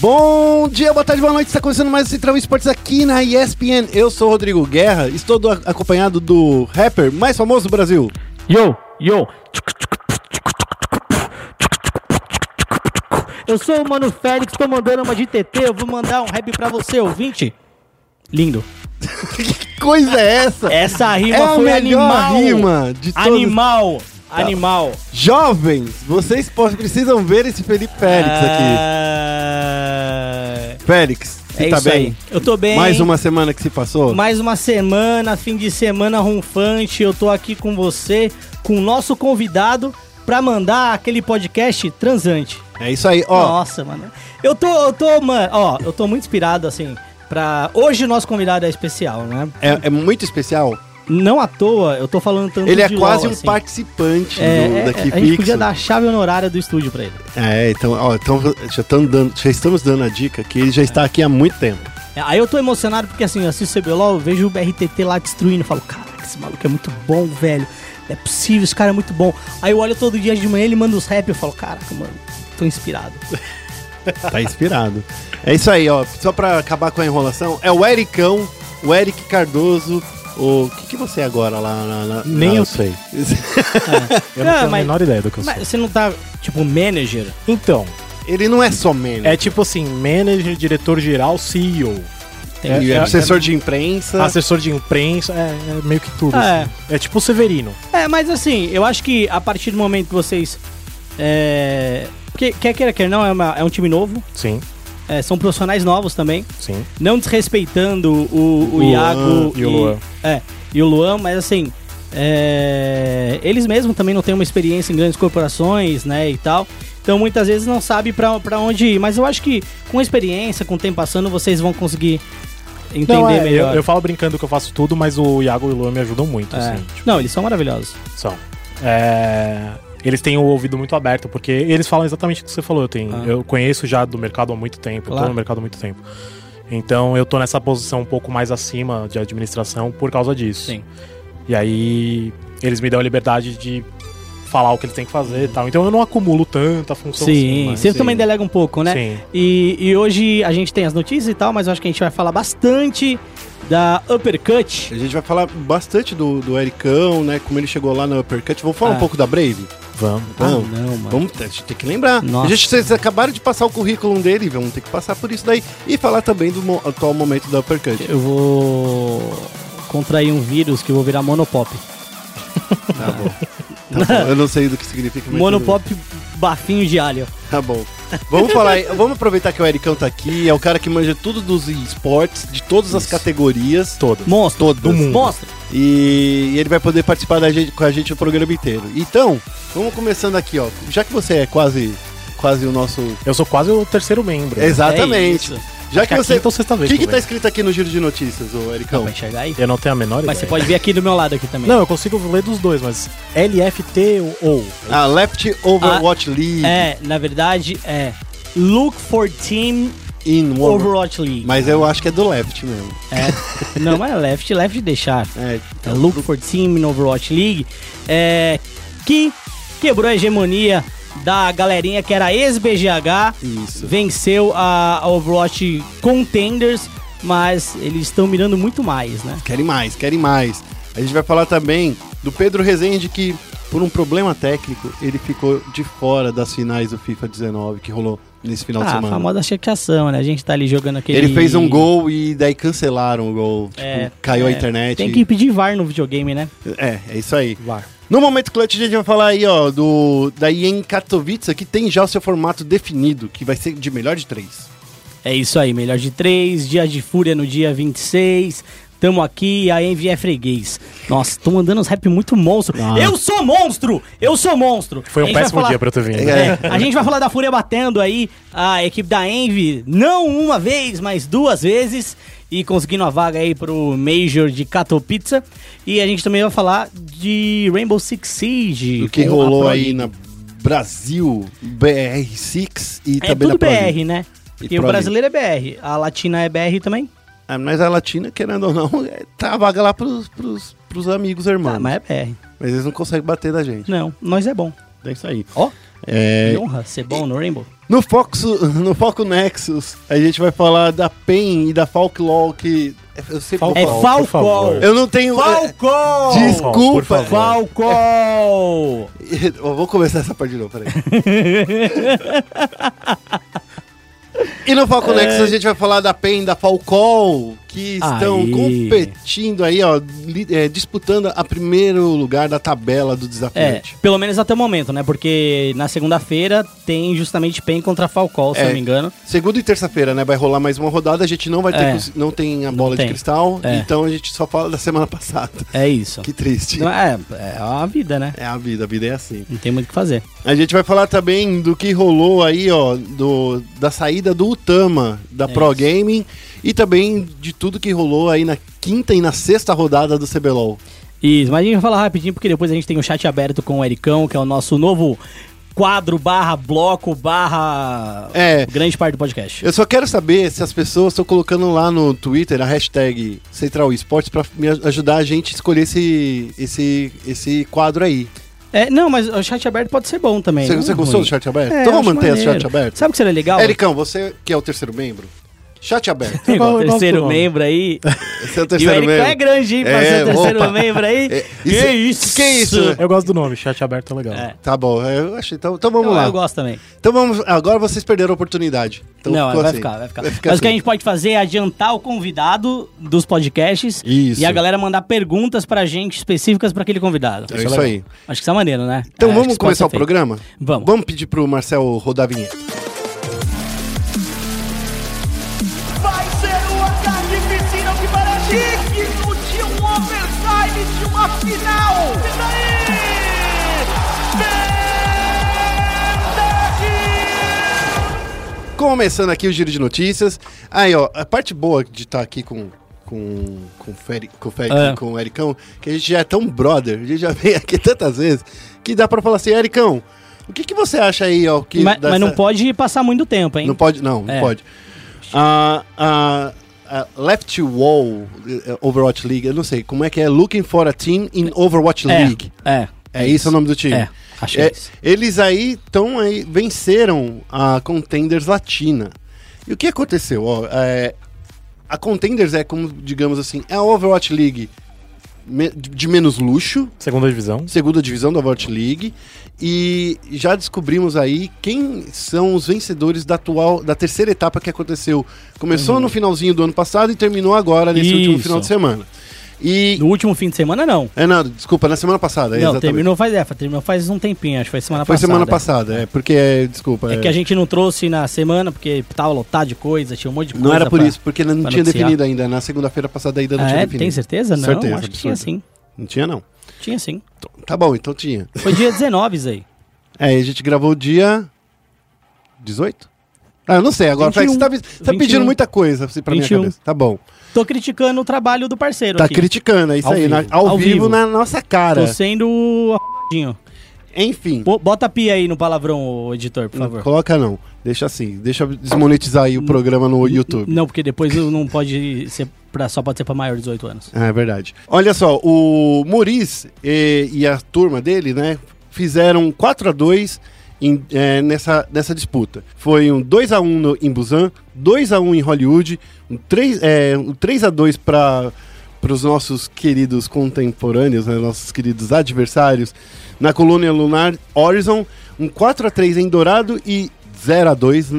Bom dia, boa tarde, boa noite. Está começando mais o Central Esportes aqui na ESPN. Eu sou o Rodrigo Guerra, estou do- acompanhado do rapper mais famoso do Brasil. Yo, yo. Eu sou o Mano Félix, tô mandando uma de TT, eu vou mandar um rap pra você, ouvinte. Lindo. Que coisa é essa? Essa rima É a foi melhor animal. rima de Tá. todas. Animal, animal. Jovens, vocês po- precisam ver esse Felipe Félix aqui. Ah, Félix, você é tá isso bem? aí. Eu tô bem. Mais uma semana que se passou? Mais uma semana, fim de semana ronfante. Eu tô aqui com você, com o nosso convidado, pra mandar aquele podcast transante. É isso aí, ó. Nossa, mano. Eu tô, eu tô, mano, ó, eu tô muito inspirado, assim, pra. Hoje o nosso convidado é especial, né? É, é muito especial. Não à toa, eu tô falando tanto Ele é de quase LOL, um assim. participante É, do, é, daqui a gente fixo. podia dar a chave honorária do estúdio pra ele. É, então, ó, então já, tão dando, já estamos dando a dica que ele já está aqui há muito tempo. É, Aí eu tô emocionado porque assim, eu assisto o CBLOL, eu vejo o BRTT lá destruindo, eu falo, caraca, esse maluco é muito bom, velho. Não é possível, esse cara é muito bom. Aí eu olho todo dia de manhã, ele manda os rap, eu falo, caraca, mano, tô inspirado. Tá inspirado. é isso aí, ó. Só pra acabar com a enrolação, é o Ericão, o Eric Cardoso. O que, que você é agora lá na. na- Nem na- eu sei. Eu não, Ah, tenho mas- a menor ideia do que eu sou. Mas você não tá, tipo, manager? Então, Ele não é só manager. é tipo assim, manager, diretor geral, CEO, Ele é, é- assessor de imprensa. assessor de imprensa, é, é meio que tudo. Ah, assim. É tipo o Severino. É, mas assim, eu acho que a partir do momento que vocês. É, que, quer queira, quer não, é, uma- é um time novo. Sim, é, são profissionais novos também. sim. Não desrespeitando o, o Luan Iago e o Luan. É, e o Luan, mas assim. é, eles mesmos também não têm uma experiência em grandes corporações, né? E tal. Então muitas vezes não sabe pra pra onde ir. Mas eu acho que com a experiência, com o tempo passando, vocês vão conseguir entender Não, é, eu, melhor. eu falo brincando que eu faço tudo, mas o Iago e o Luan me ajudam muito, É. assim. Tipo, Não, eles são maravilhosos. são. É, eles têm o ouvido muito aberto, porque eles falam exatamente o que você falou. Eu, tenho, Ah. eu conheço já do mercado há muito tempo, Claro. tô no mercado há muito tempo. Então eu tô nessa posição um pouco mais acima de administração por causa disso. Sim. E aí eles me dão a liberdade de falar o que eles têm que fazer e tal. Então eu não acumulo tanta função assim. Sim, mas- você sim. também delega um pouco, né? Sim. E, e hoje a gente tem as notícias e tal, mas eu acho que a gente vai falar bastante da Uppercut. A gente vai falar bastante do, do Ericão, né? Como ele chegou lá no Uppercut. Vou falar Ah. um pouco da Brave. Vamos. Vamos. não, mano. Então, Vamos ter, a gente tem que lembrar. Nossa. A gente, vocês acabaram de passar o currículo dele, vamos ter que passar por isso daí. E falar também do mo- atual momento da Uppercut. Eu vou contrair um vírus que eu vou virar monopop. Tá bom. Tá bom. Eu não sei do que significa. mas monopop bafinho de alho. Tá bom. Vamos falar, aí- vamos aproveitar que o Ericão tá aqui, é o cara que manja tudo dos esportes, de todas as categorias. Todas. Monstro. Todas. Do mundo. Monstro. Então. E, e ele vai poder participar da gente, com a gente o programa inteiro. Então, vamos começando aqui, ó. Já que você é quase quase o nosso Eu sou quase o terceiro membro. né? então Exatamente. É isso. Já Acho que a você quinta ou sexta O vez. que, que tá também. escrito aqui no giro de notícias, ô Ericão? Vai enxergar aí? Eu não tenho a menor ideia. Mas você pode vir aqui do meu lado aqui também. Não, eu consigo ler dos dois, mas LFT ou. A Ah, Left Overwatch League É, na verdade é Look for Team in War... Overwatch League. Mas eu acho que é do Left mesmo. É. não, mas é left, left deixar. É, É Look for Team no Overwatch League, é, que quebrou a hegemonia da galerinha que era ex-BGH, isso. venceu a a Overwatch Contenders, mas eles estão mirando muito mais, né? Querem mais, querem mais. A gente vai falar também do Pedro Rezende, que por um problema técnico, ele ficou de fora das finais do FIFA 19 que rolou nesse final de Ah, a semana. famosa chateação, né? A gente tá ali jogando aquele... Ele fez um gol e daí cancelaram o gol. Tipo, É, caiu a é. internet. Tem que pedir VAR no videogame, né? É, é isso aí. VAR. No Momento Clutch, a gente vai falar aí, ó, do da IEM Katowice, que tem já o seu formato definido, que vai ser de melhor de três. É isso aí, melhor de três, dias de fúria no dia 26. Tamo aqui, a Envy é freguês. Nossa, tô mandando uns rap muito monstro. Ah. Eu sou monstro! Eu sou monstro! Foi A um gente vai péssimo falar- dia pra eu ter vindo. É. É, a gente vai falar da Fúria batendo aí a equipe da Envy, não uma vez, mas duas vezes, e conseguindo a vaga aí pro Major de Catopizza. E a gente também vai falar de Rainbow Six Siege. O que com a rolou Pro aí League. na Brasil, BR6 e É também na tudo Pro League. BR, né? E Porque o Pro League. brasileiro é BR, a latina é BR também. Ah, mas a Latina, querendo ou não, é- tá a vaga lá pros, pros, pros amigos irmãos. Ah, mas mas... é BR. eles não conseguem bater da gente. Não, nós é bom. É isso aí. Ó, É, que honra ser bom no Rainbow. No Foco, no Foco Nexus, a gente vai falar da PEN e da Falklaw, que. Eu sempre É vou falar. por favor. Falcol. Eu não tenho. Falcol! por Desculpa. favor. Falcol! Eu vou começar essa parte de novo, peraí. e no É. Falcon Nexus a gente vai falar da PEN, da Falcol, que estão Aí. competindo aí, ó, li- é, disputando a primeiro lugar da tabela do É, desafiante. pelo menos até o momento, né? Porque na segunda-feira tem justamente PEN contra Falcol, se É. eu não me engano. Segunda e terça-feira, né? Vai rolar mais uma rodada, a gente não vai ter, É. cons- não tem a bola tem. de cristal, É. então a gente só fala da semana passada. É isso. Que triste. Então, é, é a vida, né? É a vida, a vida é assim. Não tem muito o que fazer. A gente vai falar também do que rolou aí, ó, do, da saída do Utama É da Pro Gaming e também de tudo que rolou aí na quinta e na sexta rodada do CBLOL. Isso, mas a gente vai falar rapidinho, porque depois a gente tem o chat aberto com o Ericão, que é o nosso novo quadro barra bloco barra É. grande parte do podcast. Eu só quero saber se as pessoas estão colocando lá no Twitter a hashtag Central Esportes pra me aj- ajudar a gente a escolher esse, esse, esse quadro aí. É, não, mas o chat aberto pode ser bom também. Você, não você é gostou ruim. do chat aberto? É, então vamos acho manter o maneiro. chat aberto. Sabe o que seria legal? Ericão, você que é o terceiro membro, chat aberto. Tem igual Qual é o terceiro nosso nome? membro aí. Esse é o E o terceiro Ericão membro. é grande, hein? Pra É, ser o terceiro opa. membro aí. É, Que isso? Que isso? Eu gosto do nome, chat aberto é legal. É. Tá bom, eu achei. Então, então vamos eu, lá. eu gosto também. Então vamos. Agora vocês perderam a oportunidade. Então não, ficou vai assim. ficar, vai ficar. Vai ficar Mas o que a assim. gente pode fazer é adiantar o convidado dos podcasts Isso. e a galera mandar perguntas pra gente específicas pra aquele convidado. É isso aí. Acho que isso é maneiro, né? Então É, acho que vamos isso pode começar o ser feito. programa? Vamos. Vamos pedir pro Marcel rodar a vinheta. Vai ser o ataque piscina que parece digno de um overtime de uma final. E daí? Começando aqui o giro de notícias. Aí, ó, a parte boa de estar aqui com. Com, com, o Feri, com, o Feri, É. com o Ericão, que a gente já é tão brother, a gente já veio aqui tantas vezes, que dá pra falar assim, Ericão, o que, que você acha aí, ó? Que Mas, mas dessa- não pode passar muito tempo, hein? Não pode, não, não É. pode. A, a, a Left Wall eh, Overwatch League, eu não sei como é que é, Looking for a Team in Overwatch é, League. É. É isso o nome do time. É, achei É, isso. eles aí estão aí, venceram a Contenders Latina. E o que aconteceu? Ó, é, a Contenders é como, digamos assim, é a Overwatch League me- de menos luxo, Segunda divisão. segunda divisão da Overwatch League. E já descobrimos aí quem são os vencedores da atual, da terceira etapa que aconteceu. Começou no finalzinho do ano passado e terminou agora nesse último Uhum. Isso. final de semana. E. No último fim de semana, não. É, não, desculpa, na semana passada. é, não, exatamente. terminou faz, é, terminou faz um tempinho, acho que foi semana Foi passada. semana passada, é, porque, é, desculpa. É é, que a gente não trouxe na semana, porque tava lotado de coisa, tinha um monte de coisa. Não era por pra- isso, porque não pra tinha noticiar. definido ainda. Na segunda-feira passada ainda não Ah, tinha é? definido. Tem certeza? Não, Certeza, acho que tinha absoluta. sim. assim. Não tinha, não. Tinha sim. Tá bom, então tinha. Foi dia 19, Zay. É, a gente gravou dia 18? Ah, eu não sei, agora 21. Flex, você tá, você tá 21. pedindo muita coisa assim, pra 21. minha cabeça. Tá bom. Tô criticando o trabalho do parceiro Tá um. Então aqui. criticando, é isso Ao aí. na- vivo. ao Ao vivo, vivo. na nossa cara. Tô sendo a***inho. Enfim, Bo- Bota a pia aí no palavrão, ô, editor, por não favor. Hum. coloca não. Deixa assim, deixa eu desmonetizar aí o programa no YouTube. Não, porque depois eu não pode ser pra, só pode ser pra maior de 18 anos. Ah, É verdade. Olha só, o Muriz e, e a turma dele, né, fizeram 4 a 2 em- é, nessa, nessa disputa. Foi um 2 a 1 no, em Busan, 2 a 1 em Hollywood, um 3, é, um 3 a 2 para os nossos queridos contemporâneos, né, nossos queridos adversários, na colônia lunar Horizon, um 4 a 3 em Dourado e 0 a 2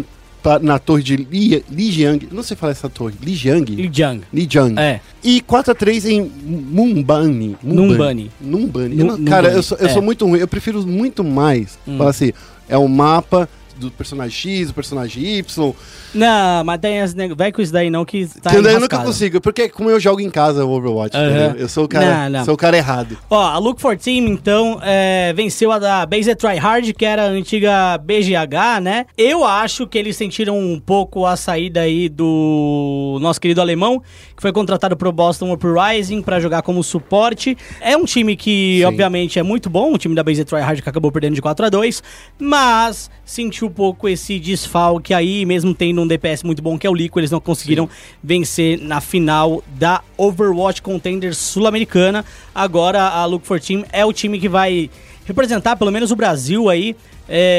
pa- na torre de Li- Lijiang. Não sei falar essa torre, Lijiang? E Jang. Lijiang. É, E 4x3 em Mumbani. Numbani. Mumbani. Nu- Eu não- cara, Numbani, eu, sou, eu é. sou muito ruim. Eu prefiro muito mais Hum. falar assim: é o mapa do personagem X, do personagem Y. Não, mas tem as nego... vai com isso daí não que tá que eu daí eu nunca enrascado. consigo. Porque como eu jogo em casa o Overwatch, Aham. entendeu? eu sou o cara, Não, não. sou o cara errado. Ó, a Look for Team, então, é, venceu a da Base Try Hard, que era a antiga BGH, né? Eu acho que eles sentiram um pouco a saída aí do nosso querido alemão, que foi contratado pro Boston Uprising pra jogar como suporte. É um time que, Sim. obviamente, é muito bom, o time da Base Try Hard que acabou perdendo de 4 a 2 mas sentiu um pouco esse desfalque aí, mesmo tendo um DPS muito bom que é o Lico, eles não conseguiram vencer na final da Overwatch Contender Sul-Americana. Agora a Look for Team é o time que vai representar pelo menos o Brasil aí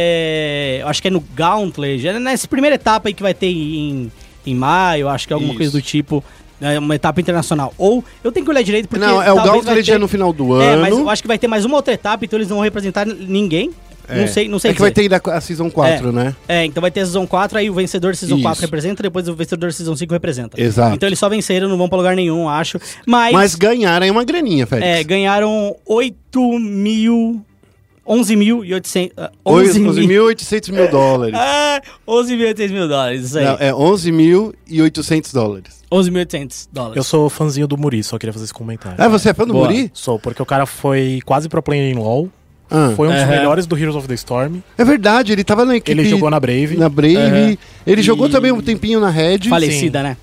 é, eu acho que é no Gauntlet, é nessa primeira etapa aí que vai ter em, em maio, acho que é alguma Isso. coisa do tipo. É uma etapa internacional. Ou eu tenho que olhar direito porque. Não, é o talvez vai Gauntlet é ter- no final do É, ano. mas eu acho que vai ter mais uma outra etapa, então eles não vão representar ninguém. Não sei, não sei É que vai dizer. ter ainda a Season 4, né? É, então vai ter a Season 4, aí o vencedor da Season Isso. 4 representa, depois o vencedor da Season 5 representa. Exato. Então eles só venceram, não vão pra lugar nenhum, acho. Mas, Mas ganharam aí uma graninha, é, Félix. ganharam 8 mil... 11.800... ah, 11 mil... 11.800 mil dólares. Ah, 11.800 mil dólares, isso aí. Não, é 11.800 dólares. 11.800 dólares. Eu sou fãzinho do Muri, só queria fazer esse comentário. Ah, você é fã do Boa. Muri? Sou, porque o cara foi quase pro play em LoL. Ah, Foi um dos Aham. melhores do Heroes of the Storm. É verdade, ele tava na equipe. Ele jogou na Brave. na Brave. Ele E- jogou também um tempinho na Red. Falecida, né?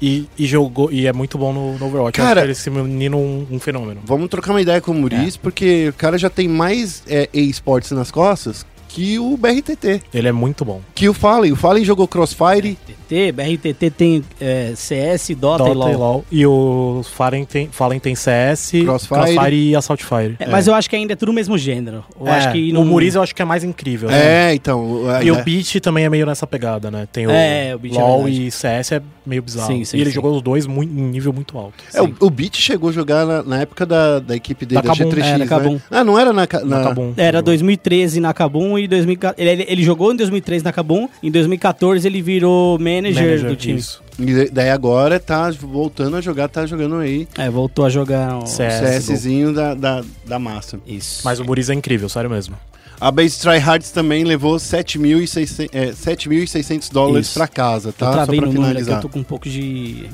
E, e jogou. E é muito bom no, no Overwatch. Eu Cara- acho esse menino um, um fenômeno. Vamos trocar uma ideia com o Muris, É. porque o cara já tem mais é, esportes nas costas que o BRTT. Ele é muito bom. Que o Fallen. O Fallen jogou Crossfire. TT, BRTT tem é, CS, Dota, e LoL. E o Fallen tem, Fallen tem CS, Crossfire. e Assault Fire. É, Mas eu acho que ainda é tudo o mesmo gênero. Eu acho que não- É, O Muriz eu acho que é mais incrível. né? É, então. é, E o né? Beat também é meio nessa pegada, né? Tem o, É, o Beat é LoL verdade. e CS é meio bizarro. Sim, sim, e ele sim. jogou os dois mu- em nível muito alto. É, o, o Beat chegou a jogar na, na época da, da equipe dele, Da da, Kabum, G3X. é, da né? Kabum. Ah, não era na. ca- na... Acabou. Era 2013 na Kabum e 2014. Ele, ele jogou em 2013 na Kabum. Em 2014 ele virou manager, do time. Isso. E daí agora tá voltando a jogar, tá jogando aí É, voltou a jogar. Um... o CS. CSzinho da, da, da massa. Isso. Mas o Muriz é incrível, sério mesmo. A Base Tryhards também levou 7.600 é, 7.600 dólares Isso. pra casa, eu tá? Só travei pra no número aqui, eu finalizar. tô com um pouco de.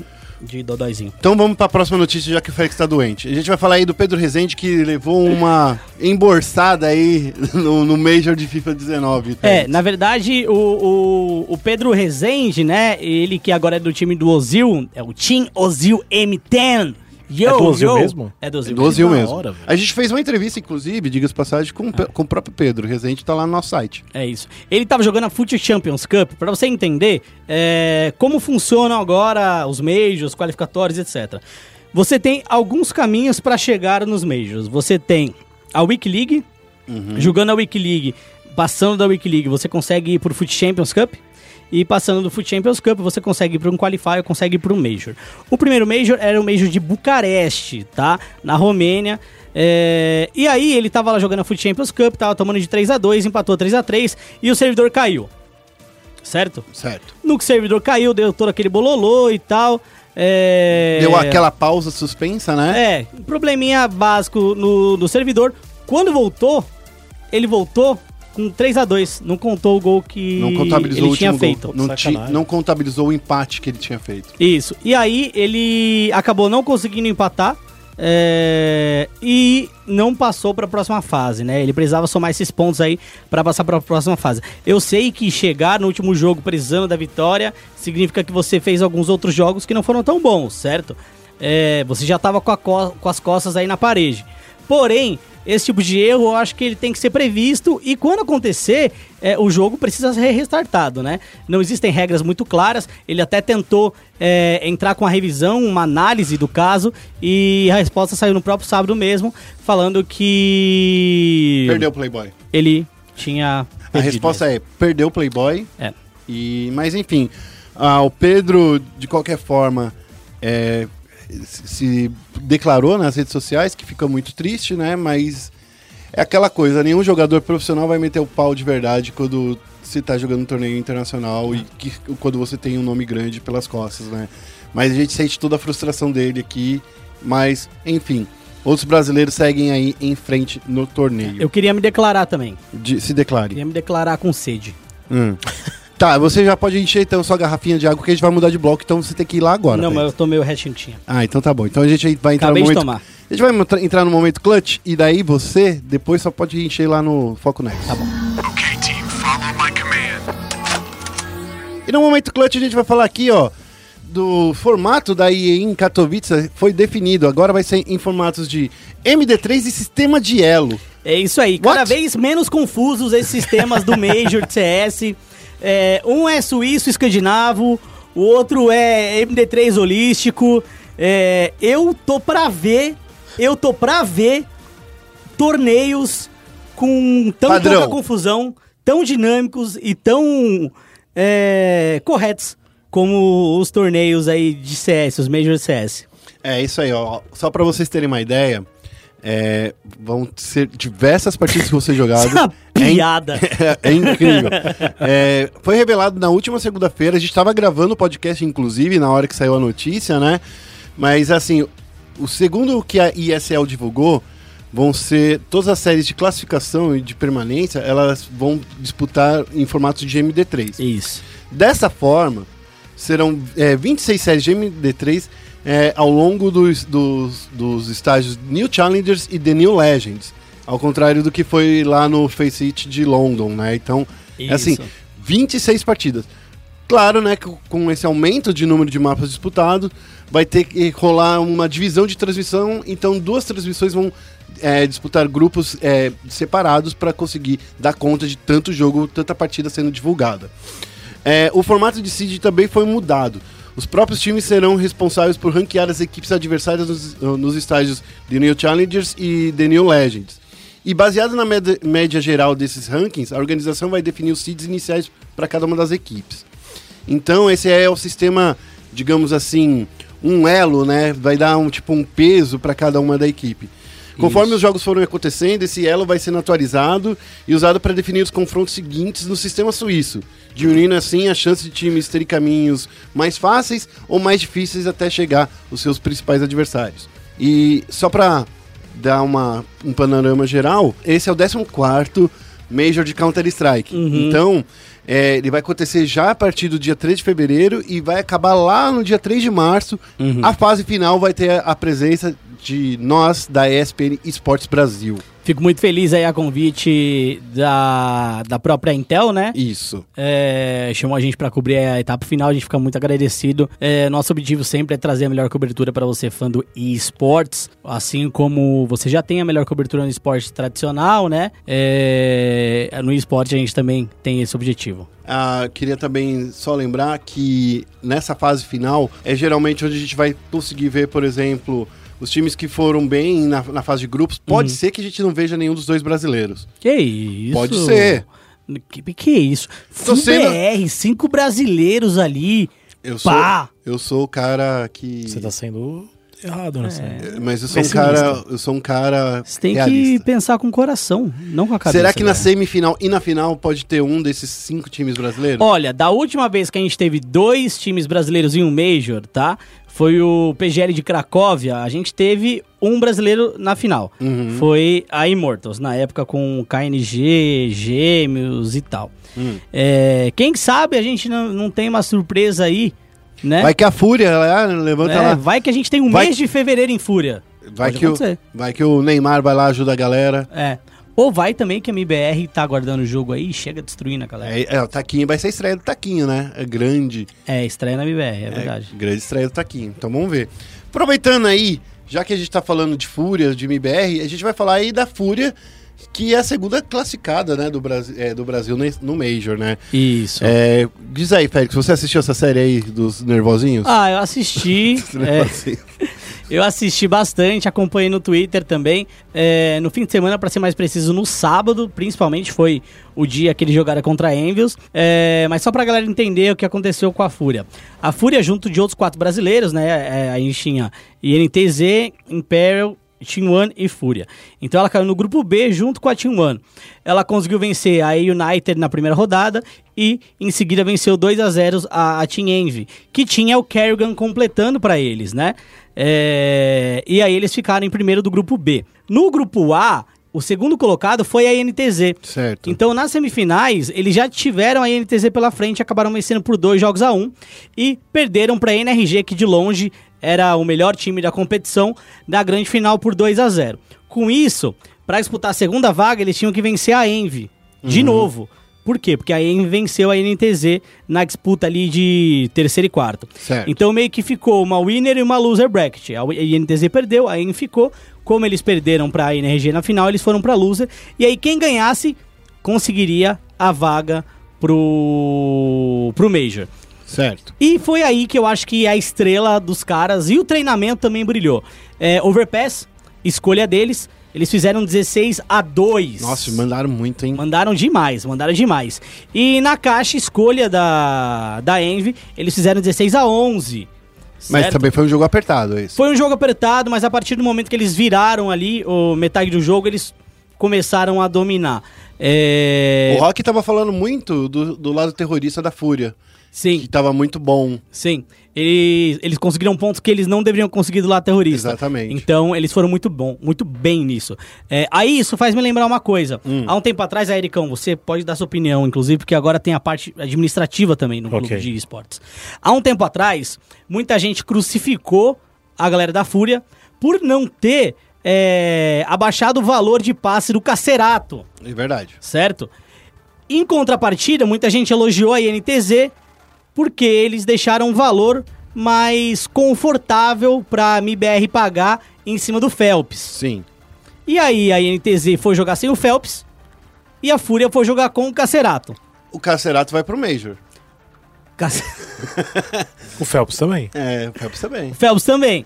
de dodóizinho. Então vamos para a próxima notícia, já que o Félix tá doente. A gente vai falar aí do Pedro Rezende, que levou uma emborsada aí no, no Major de FIFA 19. tá? É, na verdade, o, o, o Pedro Rezende, né? Ele que agora é do time do Ozil, é o Team Ozil M10. Yo, É do Ozil yo. mesmo? É do Ozil. 12 da mesmo. hora, velho. a gente fez uma entrevista, inclusive, diga-se de passagem, com, o Ah. Pe- com o próprio Pedro. Rezende tá lá no nosso site. É isso. Ele tava jogando a FUT Champions Cup, pra você entender é, como funcionam agora os majors, qualificatórios, etc. Você tem alguns caminhos pra chegar nos majors. Você tem a Week League, Uhum. jogando a Week League, passando da Week League, você consegue ir pro FUT Champions Cup. E passando do FUT Champions Cup, você consegue ir para um qualifier, consegue ir para um Major. O primeiro Major era o Major de Bucareste, tá? Na Romênia. É, E aí ele tava lá jogando a FUT Champions Cup, tava tomando de 3 a 2 empatou 3 a 3 e o servidor caiu. Certo? Certo. No que o servidor caiu, deu todo aquele bololô e tal. É... Deu aquela pausa suspensa, né? É, um probleminha básico no, no servidor. Quando voltou, ele voltou com 3 a 2 Não contou o gol que Não contabilizou ele o tinha último gol. feito. Não, ti- Sacanagem. não contabilizou o empate que ele tinha feito. Isso. E aí ele acabou não conseguindo empatar. é, e não passou para a próxima fase, né? Ele precisava somar esses pontos aí para passar para a próxima fase. Eu sei que chegar no último jogo precisando da vitória significa que você fez alguns outros jogos que não foram tão bons, certo? É, você já tava com, a co- com as costas aí na parede. Porém, esse tipo de erro eu acho que ele tem que ser previsto e quando acontecer, é, o jogo precisa ser restartado, né? Não existem regras muito claras. Ele até tentou é, entrar com a revisão, uma análise do caso e a resposta saiu no próprio sábado mesmo, falando que Perdeu o Playboy. ele tinha A perdido resposta é: perdeu o Playboy. mesmo. é E, mas enfim, ah, o Pedro, de qualquer forma, é, se- se declarou nas redes sociais, que fica muito triste, né? Mas é aquela coisa, nenhum jogador profissional vai meter o pau de verdade quando você tá jogando um torneio internacional e que- quando você tem um nome grande pelas costas, né? Mas a gente sente toda a frustração dele aqui, mas enfim. Outros brasileiros seguem aí em frente no torneio. Eu queria me declarar também. De- se declare. Queria me declarar com sede. Hum. tá, você já pode encher então sua garrafinha de água que a gente vai mudar de bloco, então você tem que ir lá agora. não, Thaís. mas eu tomei o restintinha. Ah, então tá bom. Então a gente vai entrar Acabei no de momento. tomar. A gente vai entra- entrar no momento clutch e daí você depois só pode encher lá no Foco Next. Tá bom. E no momento clutch a gente vai falar aqui, ó, do formato da EA em Katowice foi definido. Agora vai ser em formatos de MD3 e sistema de elo. É isso aí. Cada What? vez menos confusos esses sistemas do Major de CS. É, um é suíço escandinavo, o outro é MD3 holístico. É, eu tô pra ver, eu tô pra ver torneios com tão Padrão. pouca confusão, tão dinâmicos e tão é, corretos como os torneios aí de CS, os Major CS. É isso aí, ó. Só pra vocês terem uma ideia, é, vão ser diversas partidas que vão ser jogadas. Essa É in- piada. é incrível. É, foi revelado na última segunda-feira. A gente estava gravando o podcast, inclusive, na hora que saiu a notícia, né? Mas, assim, o segundo que a ISL divulgou, vão ser todas as séries de classificação e de permanência, elas vão disputar em formato de MD3. Isso. Dessa forma, serão é, 26 séries de MD3 é, ao longo dos, dos, dos estágios New Challengers e The New Legends. Ao contrário do que foi lá no Face It de London, né? Então, Isso. assim, 26 partidas. Claro, né, que com esse aumento de número de mapas disputados, vai ter que rolar uma divisão de transmissão, então duas transmissões vão é, disputar grupos é, separados para conseguir dar conta de tanto jogo, tanta partida sendo divulgada. É, o formato de seed também foi mudado. Os próprios times serão responsáveis por ranquear as equipes adversárias nos, nos estágios The New Challengers e The New Legends. E baseado na med- média geral desses rankings, a organização vai definir os seeds iniciais para cada uma das equipes. Então esse é o sistema, digamos assim, um elo, né? Vai dar um tipo um peso para cada uma da equipe. Conforme os jogos foram acontecendo, esse elo vai sendo atualizado e usado para definir os confrontos seguintes no sistema suíço, diminuindo assim a chance de times terem caminhos mais fáceis ou mais difíceis até chegar os seus principais adversários. E só para dar uma, um panorama geral, esse é o 14 Major de Counter-Strike. Então, é, ele vai acontecer já a partir do dia 3 de fevereiro e vai acabar lá no dia 3 de março. A fase final vai ter a presença de nós, da ESPN Esportes Brasil. Fico muito feliz aí a convite da, da própria Intel, né? Isso. É, chamou a gente para cobrir a etapa final, a gente fica muito agradecido. É, nosso objetivo sempre é trazer a melhor cobertura para você, fã do eSports. Assim como você já tem a melhor cobertura no esporte tradicional, né? É, no esporte a gente também tem esse objetivo. Ah, queria também só lembrar que nessa fase final é geralmente onde a gente vai conseguir ver, por exemplo, os times que foram bem na, na fase de grupos. Pode ser que a gente não veja nenhum dos dois brasileiros. Que isso? Pode ser. Que, que isso? Tô sendo- BR, cinco brasileiros ali. Eu sou, Pá! eu sou o cara que. Você tá sendo errado nessa. É. Mas eu sou um pessimista. cara. Eu sou um cara. Você tem que realista. pensar com o coração, não com a cabeça. né? Será que na cara. semifinal e na final pode ter um desses cinco times brasileiros? Olha, da última vez que a gente teve dois times brasileiros em um Major, tá? Foi o PGL de Cracóvia, a gente teve um brasileiro na final. Uhum. Foi a Immortals, na época com KNG, Gêmeos e tal. Hum. É, quem sabe a gente não, não tem uma surpresa aí, né? Vai que a Fúria, ela ah, levanta É, lá. vai que a gente tem um Vai- mês de fevereiro em Fúria. Vai Pode que, o, acontecer. vai que o Neymar vai lá ajuda a galera. É. Ou vai também que a MBR tá aguardando o jogo aí e chega destruindo a galera. É, é, o Taquinho vai ser a estreia do Taquinho, né? É grande. É, estreia na MBR, é verdade. Grande estreia do Taquinho. Então vamos ver. Aproveitando aí, já que a gente tá falando de Fúria, de MBR, a gente vai falar aí da Fúria, que é a segunda classificada, né, do, Brasi é, do Brasil ne- no Major, né? Isso. É, diz aí, Félix, você assistiu essa série aí dos Nervosinhos? Ah, eu assisti. é, Eu assisti bastante, acompanhei no Twitter também. É, no fim de semana, pra ser mais preciso, no sábado, principalmente, foi o dia que eles jogaram contra a Envios. É, mas só pra galera entender o que aconteceu com a Fúria. A Fúria, junto de outros quatro brasileiros, né? é, a gente tinha INTZ, Imperial. Team One e Fúria. Então ela caiu no grupo B junto com a Team One. Ela conseguiu vencer a United na primeira rodada e em seguida venceu 2 a 0 a, a Team Envy, que tinha o Kerrigan completando pra eles, né? É, E aí eles ficaram em primeiro do grupo B. No grupo A, o segundo colocado foi a NTZ. Certo. Então, nas semifinais, eles já tiveram a NTZ pela frente, acabaram vencendo por dois jogos a um e perderam para a NRG, que de longe era o melhor time da competição, da grande final por 2 a 0. Com isso, para disputar a segunda vaga, eles tinham que vencer a Envy de novo. Por quê? Porque a Envy venceu a NTZ na disputa ali de terceiro e quarto. Certo. Então meio que ficou uma winner e uma loser bracket. A INTZ perdeu, a EN ficou. Como eles perderam pra NRG na final, eles foram pra loser. E aí quem ganhasse conseguiria a vaga pro, pro Major. Certo. E foi aí que eu acho que a estrela dos caras e o treinamento também brilhou. É, Overpass, escolha deles. Eles fizeram 16 a 2. Nossa, mandaram muito, hein? Mandaram demais, mandaram demais. E na caixa escolha da, da Envy, eles fizeram 16 a 11. Mas certo? também foi um jogo apertado, é isso. Foi um jogo apertado, mas a partir do momento que eles viraram ali, o metade do jogo, eles começaram a dominar. É, O Rock tava falando muito do, do lado terrorista da Fúria, Sim. que tava muito bom. Sim. Eles, eles conseguiram pontos que eles não deveriam conseguir do lado terrorista. Exatamente. Então, eles foram muito bom, muito bem nisso. É, aí, isso faz me lembrar uma coisa. Há um tempo atrás, aí, Ericão, você pode dar sua opinião, inclusive, porque agora tem a parte administrativa também no Ok. clube de esportes. Há um tempo atrás, muita gente crucificou a galera da Fúria por não ter é, abaixado o valor de passe do Cacerato É verdade. certo? Em contrapartida, muita gente elogiou a INTZ porque eles deixaram um valor mais confortável para a MBR pagar em cima do Phelps. Sim. E aí a INTZ foi jogar sem o Phelps e a Fúria foi jogar com o Cacerato. O Cacerato vai pro Major. Cace- O Phelps também. É, o Phelps também. Phelps também.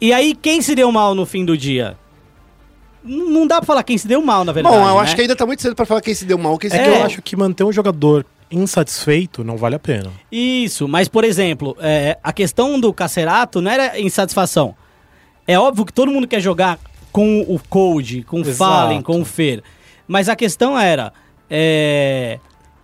E aí quem se deu mal no fim do dia? N- Não dá pra falar quem se deu mal, na verdade. Bom, eu né? acho que ainda tá muito cedo pra falar quem se deu mal, quem se É, É. que deu eu acho que manter um jogador insatisfeito não vale a pena. Isso, mas por exemplo, é, a questão do Cacerato não era insatisfação. É óbvio que todo mundo quer jogar com o Cold, com o Exato. Fallen, com o Fer. Mas a questão era. é,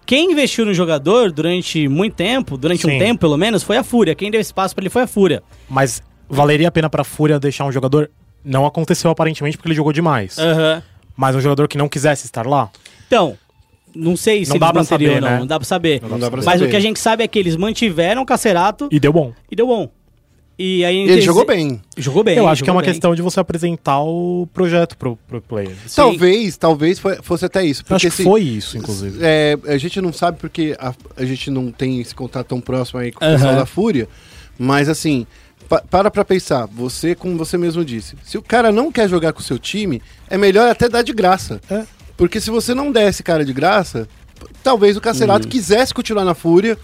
quem investiu no jogador durante muito tempo, durante um Sim. tempo pelo menos, foi a Fúria. Quem deu espaço pra ele foi a Fúria. Mas valeria a pena pra Fúria deixar um jogador? Não aconteceu aparentemente porque ele jogou demais. É. Mas um jogador que não quisesse estar lá? Então, não sei se Não eles dá pra manteriam ou saber, não, né? não dá pra saber. Não dá pra Mas saber. o que a gente sabe é que eles mantiveram o Cacerato e, E deu bom. deu bom. E aí E ele jogou bem. Jogou bem. Eu acho que é jogou uma bem. questão de você apresentar o projeto pro, pro player. Talvez, talvez fo- fosse até isso. Eu acho Porque que se- foi isso, inclusive. É, a gente não sabe porque a, a gente não tem esse contato tão próximo aí com o Aham. pessoal da Fúria, mas assim, pa- para pra pensar, você, como você mesmo disse, se o cara não quer jogar com o seu time, é melhor até dar de graça. É. Porque se você não der esse cara de graça, p- talvez o Cacerato quisesse continuar na Fúria,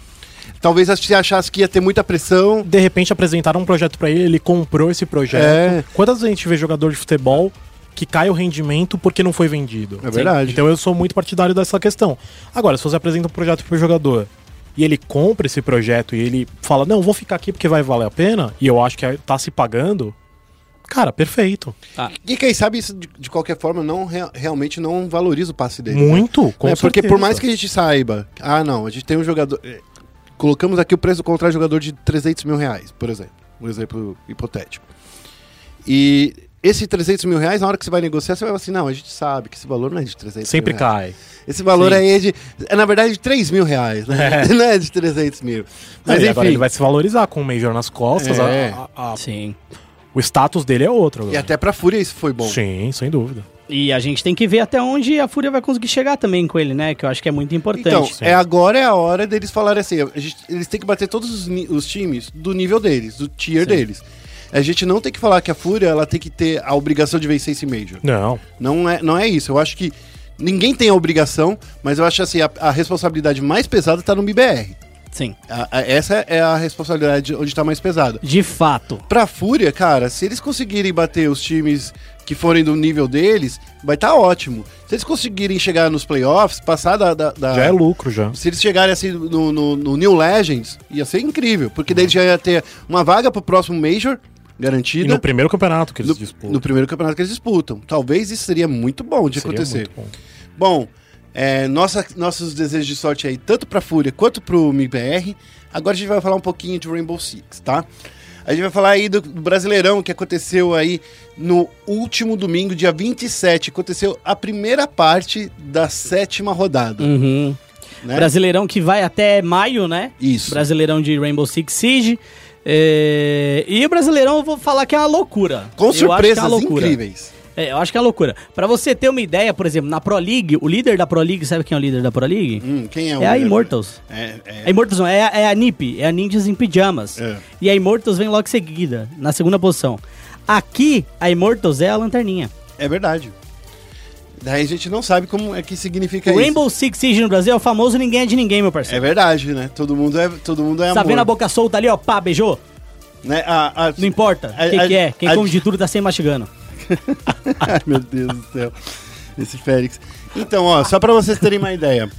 talvez ach- se achasse que ia ter muita pressão. De repente apresentaram um projeto pra ele, ele comprou esse projeto. É. Quantas vezes a gente vê jogador de futebol que cai o rendimento porque não foi vendido? É verdade. Então eu sou muito partidário dessa questão. Agora, se você apresenta um projeto pro jogador e ele compra esse projeto e ele fala, não, vou ficar aqui porque vai valer a pena, e eu acho que tá se pagando, cara, perfeito. E quem sabe isso, de, de qualquer forma, não rea- realmente não valoriza o passe dele. Muito, com é, porque por certeza. mais que a gente saiba, ah não, a gente tem um jogador. eh, Colocamos aqui o preço contra jogador de 300 mil reais, por exemplo. Um exemplo hipotético. E esse 300 mil reais, na hora que você vai negociar, você vai falar assim: não, a gente sabe que esse valor não é de 300 Sempre mil. reais. cai. Esse valor Sim. aí é de. É, na verdade, de 3 mil reais, né? não é de 300 mil. Mas Mas agora enfim. ele vai se valorizar com o Major nas costas. É. a- a- a- Ah, Sim. o status dele é outro agora. E até pra Fúria isso foi bom. Sim, sem dúvida. E a gente tem que ver até onde a Fúria vai conseguir chegar também com ele, né? Que eu acho que é muito importante. Então, sim. é agora é a hora deles falarem assim, a gente- eles têm que bater todos os, ni- os times do nível deles, do tier deles. A gente não tem que falar que a Fúria ela tem que ter a obrigação de vencer esse Major. Não. Não é, não é isso. Eu acho que ninguém tem a obrigação, mas eu acho assim, a, a responsabilidade mais pesada tá no MBR. Sim. A- a- essa é a responsabilidade onde tá mais pesada. De fato. Pra Fúria, cara, se eles conseguirem bater os times que forem do nível deles, vai estar ótimo. Se eles conseguirem chegar nos playoffs, passar da- da- da Já é lucro, já. se eles chegarem assim no, no- no New Legends, ia ser incrível, porque daí já ia ter uma vaga pro próximo Major Uhum. E garantida no primeiro campeonato que eles no- disputam. no primeiro campeonato que eles disputam. Talvez isso seria muito bom de Seria acontecer. muito bom. Bom, é, nossa- nossos desejos de sorte aí, tanto pra Fúria quanto pro MIBR. Agora a gente vai falar um pouquinho de Rainbow Six, tá? A gente vai falar aí do Brasileirão que aconteceu aí no último domingo, dia 27. Aconteceu a primeira parte da sétima rodada, Hum. Uhum. né? Brasileirão que vai até maio, né? Isso. Brasileirão de Rainbow Six Siege. É, E o Brasileirão, eu vou falar que é uma loucura. Com Eu acho que é uma surpresas loucura. incríveis. É, eu acho que é uma loucura. Pra você ter uma ideia, por exemplo, na Pro League, o líder da Pro League, sabe quem é o líder da Pro League? Hum, quem é o é a líder? Immortals. É, é, É Immortals não, é, a- é a NiP, é a Ninjas em Pijamas. É. E a Immortals vem logo em seguida, na segunda posição. Aqui, a Immortals é a lanterninha. é verdade. Daí a gente não sabe como é que significa o isso. Rainbow Six Siege no Brasil é o famoso ninguém é de ninguém, meu É parceiro. verdade, né? Todo mundo é, todo mundo é tá amor. vendo a boca solta ali, ó, pá, beijou? Né? A, a- Não importa o A- que, a- que é, quem a- come de tudo tá sem mastigando. Ai, meu Deus do céu. Esse Félix. Então, ó, só pra vocês terem uma ideia.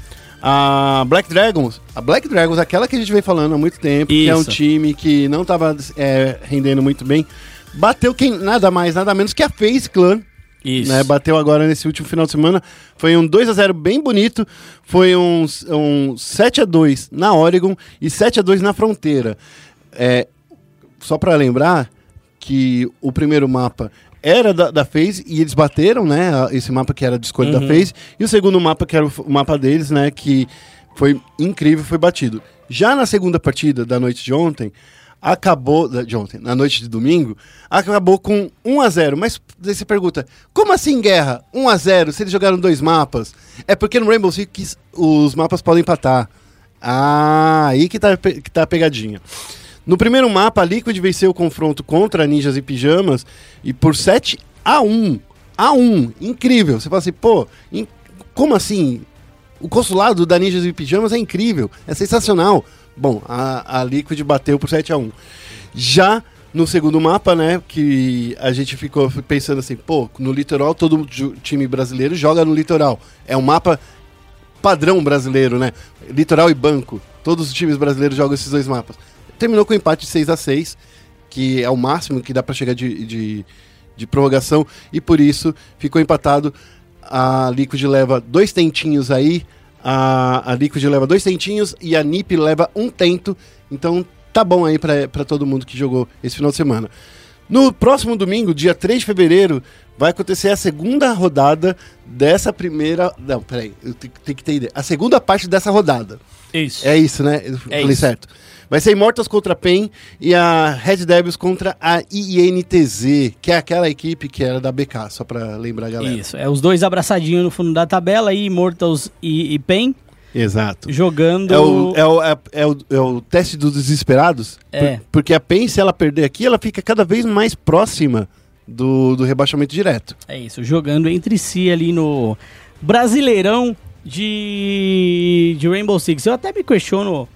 A Black Dragons, a Black Dragons, aquela que a gente vem falando há muito tempo, que é um Isso. time que não tava é, rendendo muito bem, bateu quem nada mais, nada menos que a Face Clan, Isso. né, bateu agora nesse último final de semana. Foi um 2 a 0 bem bonito. Foi um, um 7 a 2 na Oregon e 7 a 2 na fronteira. É, só para lembrar que o primeiro mapa era da, da FaZe e eles bateram, né? a- Esse mapa que era de escolha da FaZe. E o segundo mapa, que era o, f- o mapa deles, né? Que foi incrível, foi batido. Já na segunda partida da noite de ontem, acabou... da- De ontem, na noite de domingo, acabou com 1 a 0 Mas daí você pergunta, como assim guerra? 1 a 0 se eles jogaram dois mapas? É porque no Rainbow Six os mapas podem empatar. Ah, aí que tá, pe- que tá a pegadinha. No primeiro mapa, a Liquid venceu o confronto contra Ninjas e Pijamas e por 7 a 1. A 1. Incrível. Você fala assim, pô, in- como assim? O consulado da Ninjas e Pijamas é incrível, é sensacional. Bom, a, a Liquid bateu por 7 a 1. Já no segundo mapa, né, que a gente ficou pensando assim, pô, no litoral todo ju- time brasileiro joga no litoral. É um mapa padrão brasileiro, né? Litoral e banco. Todos os times brasileiros jogam esses dois mapas. Terminou com um empate de 6 a 6 que é o máximo que dá para chegar de, de, de prorrogação, e por isso ficou empatado. A Liquid leva dois tentinhos aí, a, a Liquid leva dois tentinhos e a NiP leva um tento. Então tá bom aí para todo mundo que jogou esse final de semana. No próximo domingo, dia 3 de fevereiro, vai acontecer a segunda rodada dessa primeira. Não, peraí, eu te- tenho que ter ideia. A segunda parte dessa rodada. Isso. É isso, né? Eu falei isso. certo. Vai ser Immortals contra a PEN e a Red Devils contra a INTZ, que é aquela equipe que era da BK, só pra lembrar a galera. Isso. É os dois abraçadinhos no fundo da tabela e Immortals e, e Pen Exato. jogando. É o, é, o, é, é o, é o teste dos desesperados? É. Por- porque a PEN, se ela perder aqui, ela fica cada vez mais próxima do, do rebaixamento direto. É isso, jogando entre si ali no Brasileirão de, de Rainbow Six. Eu até me questiono.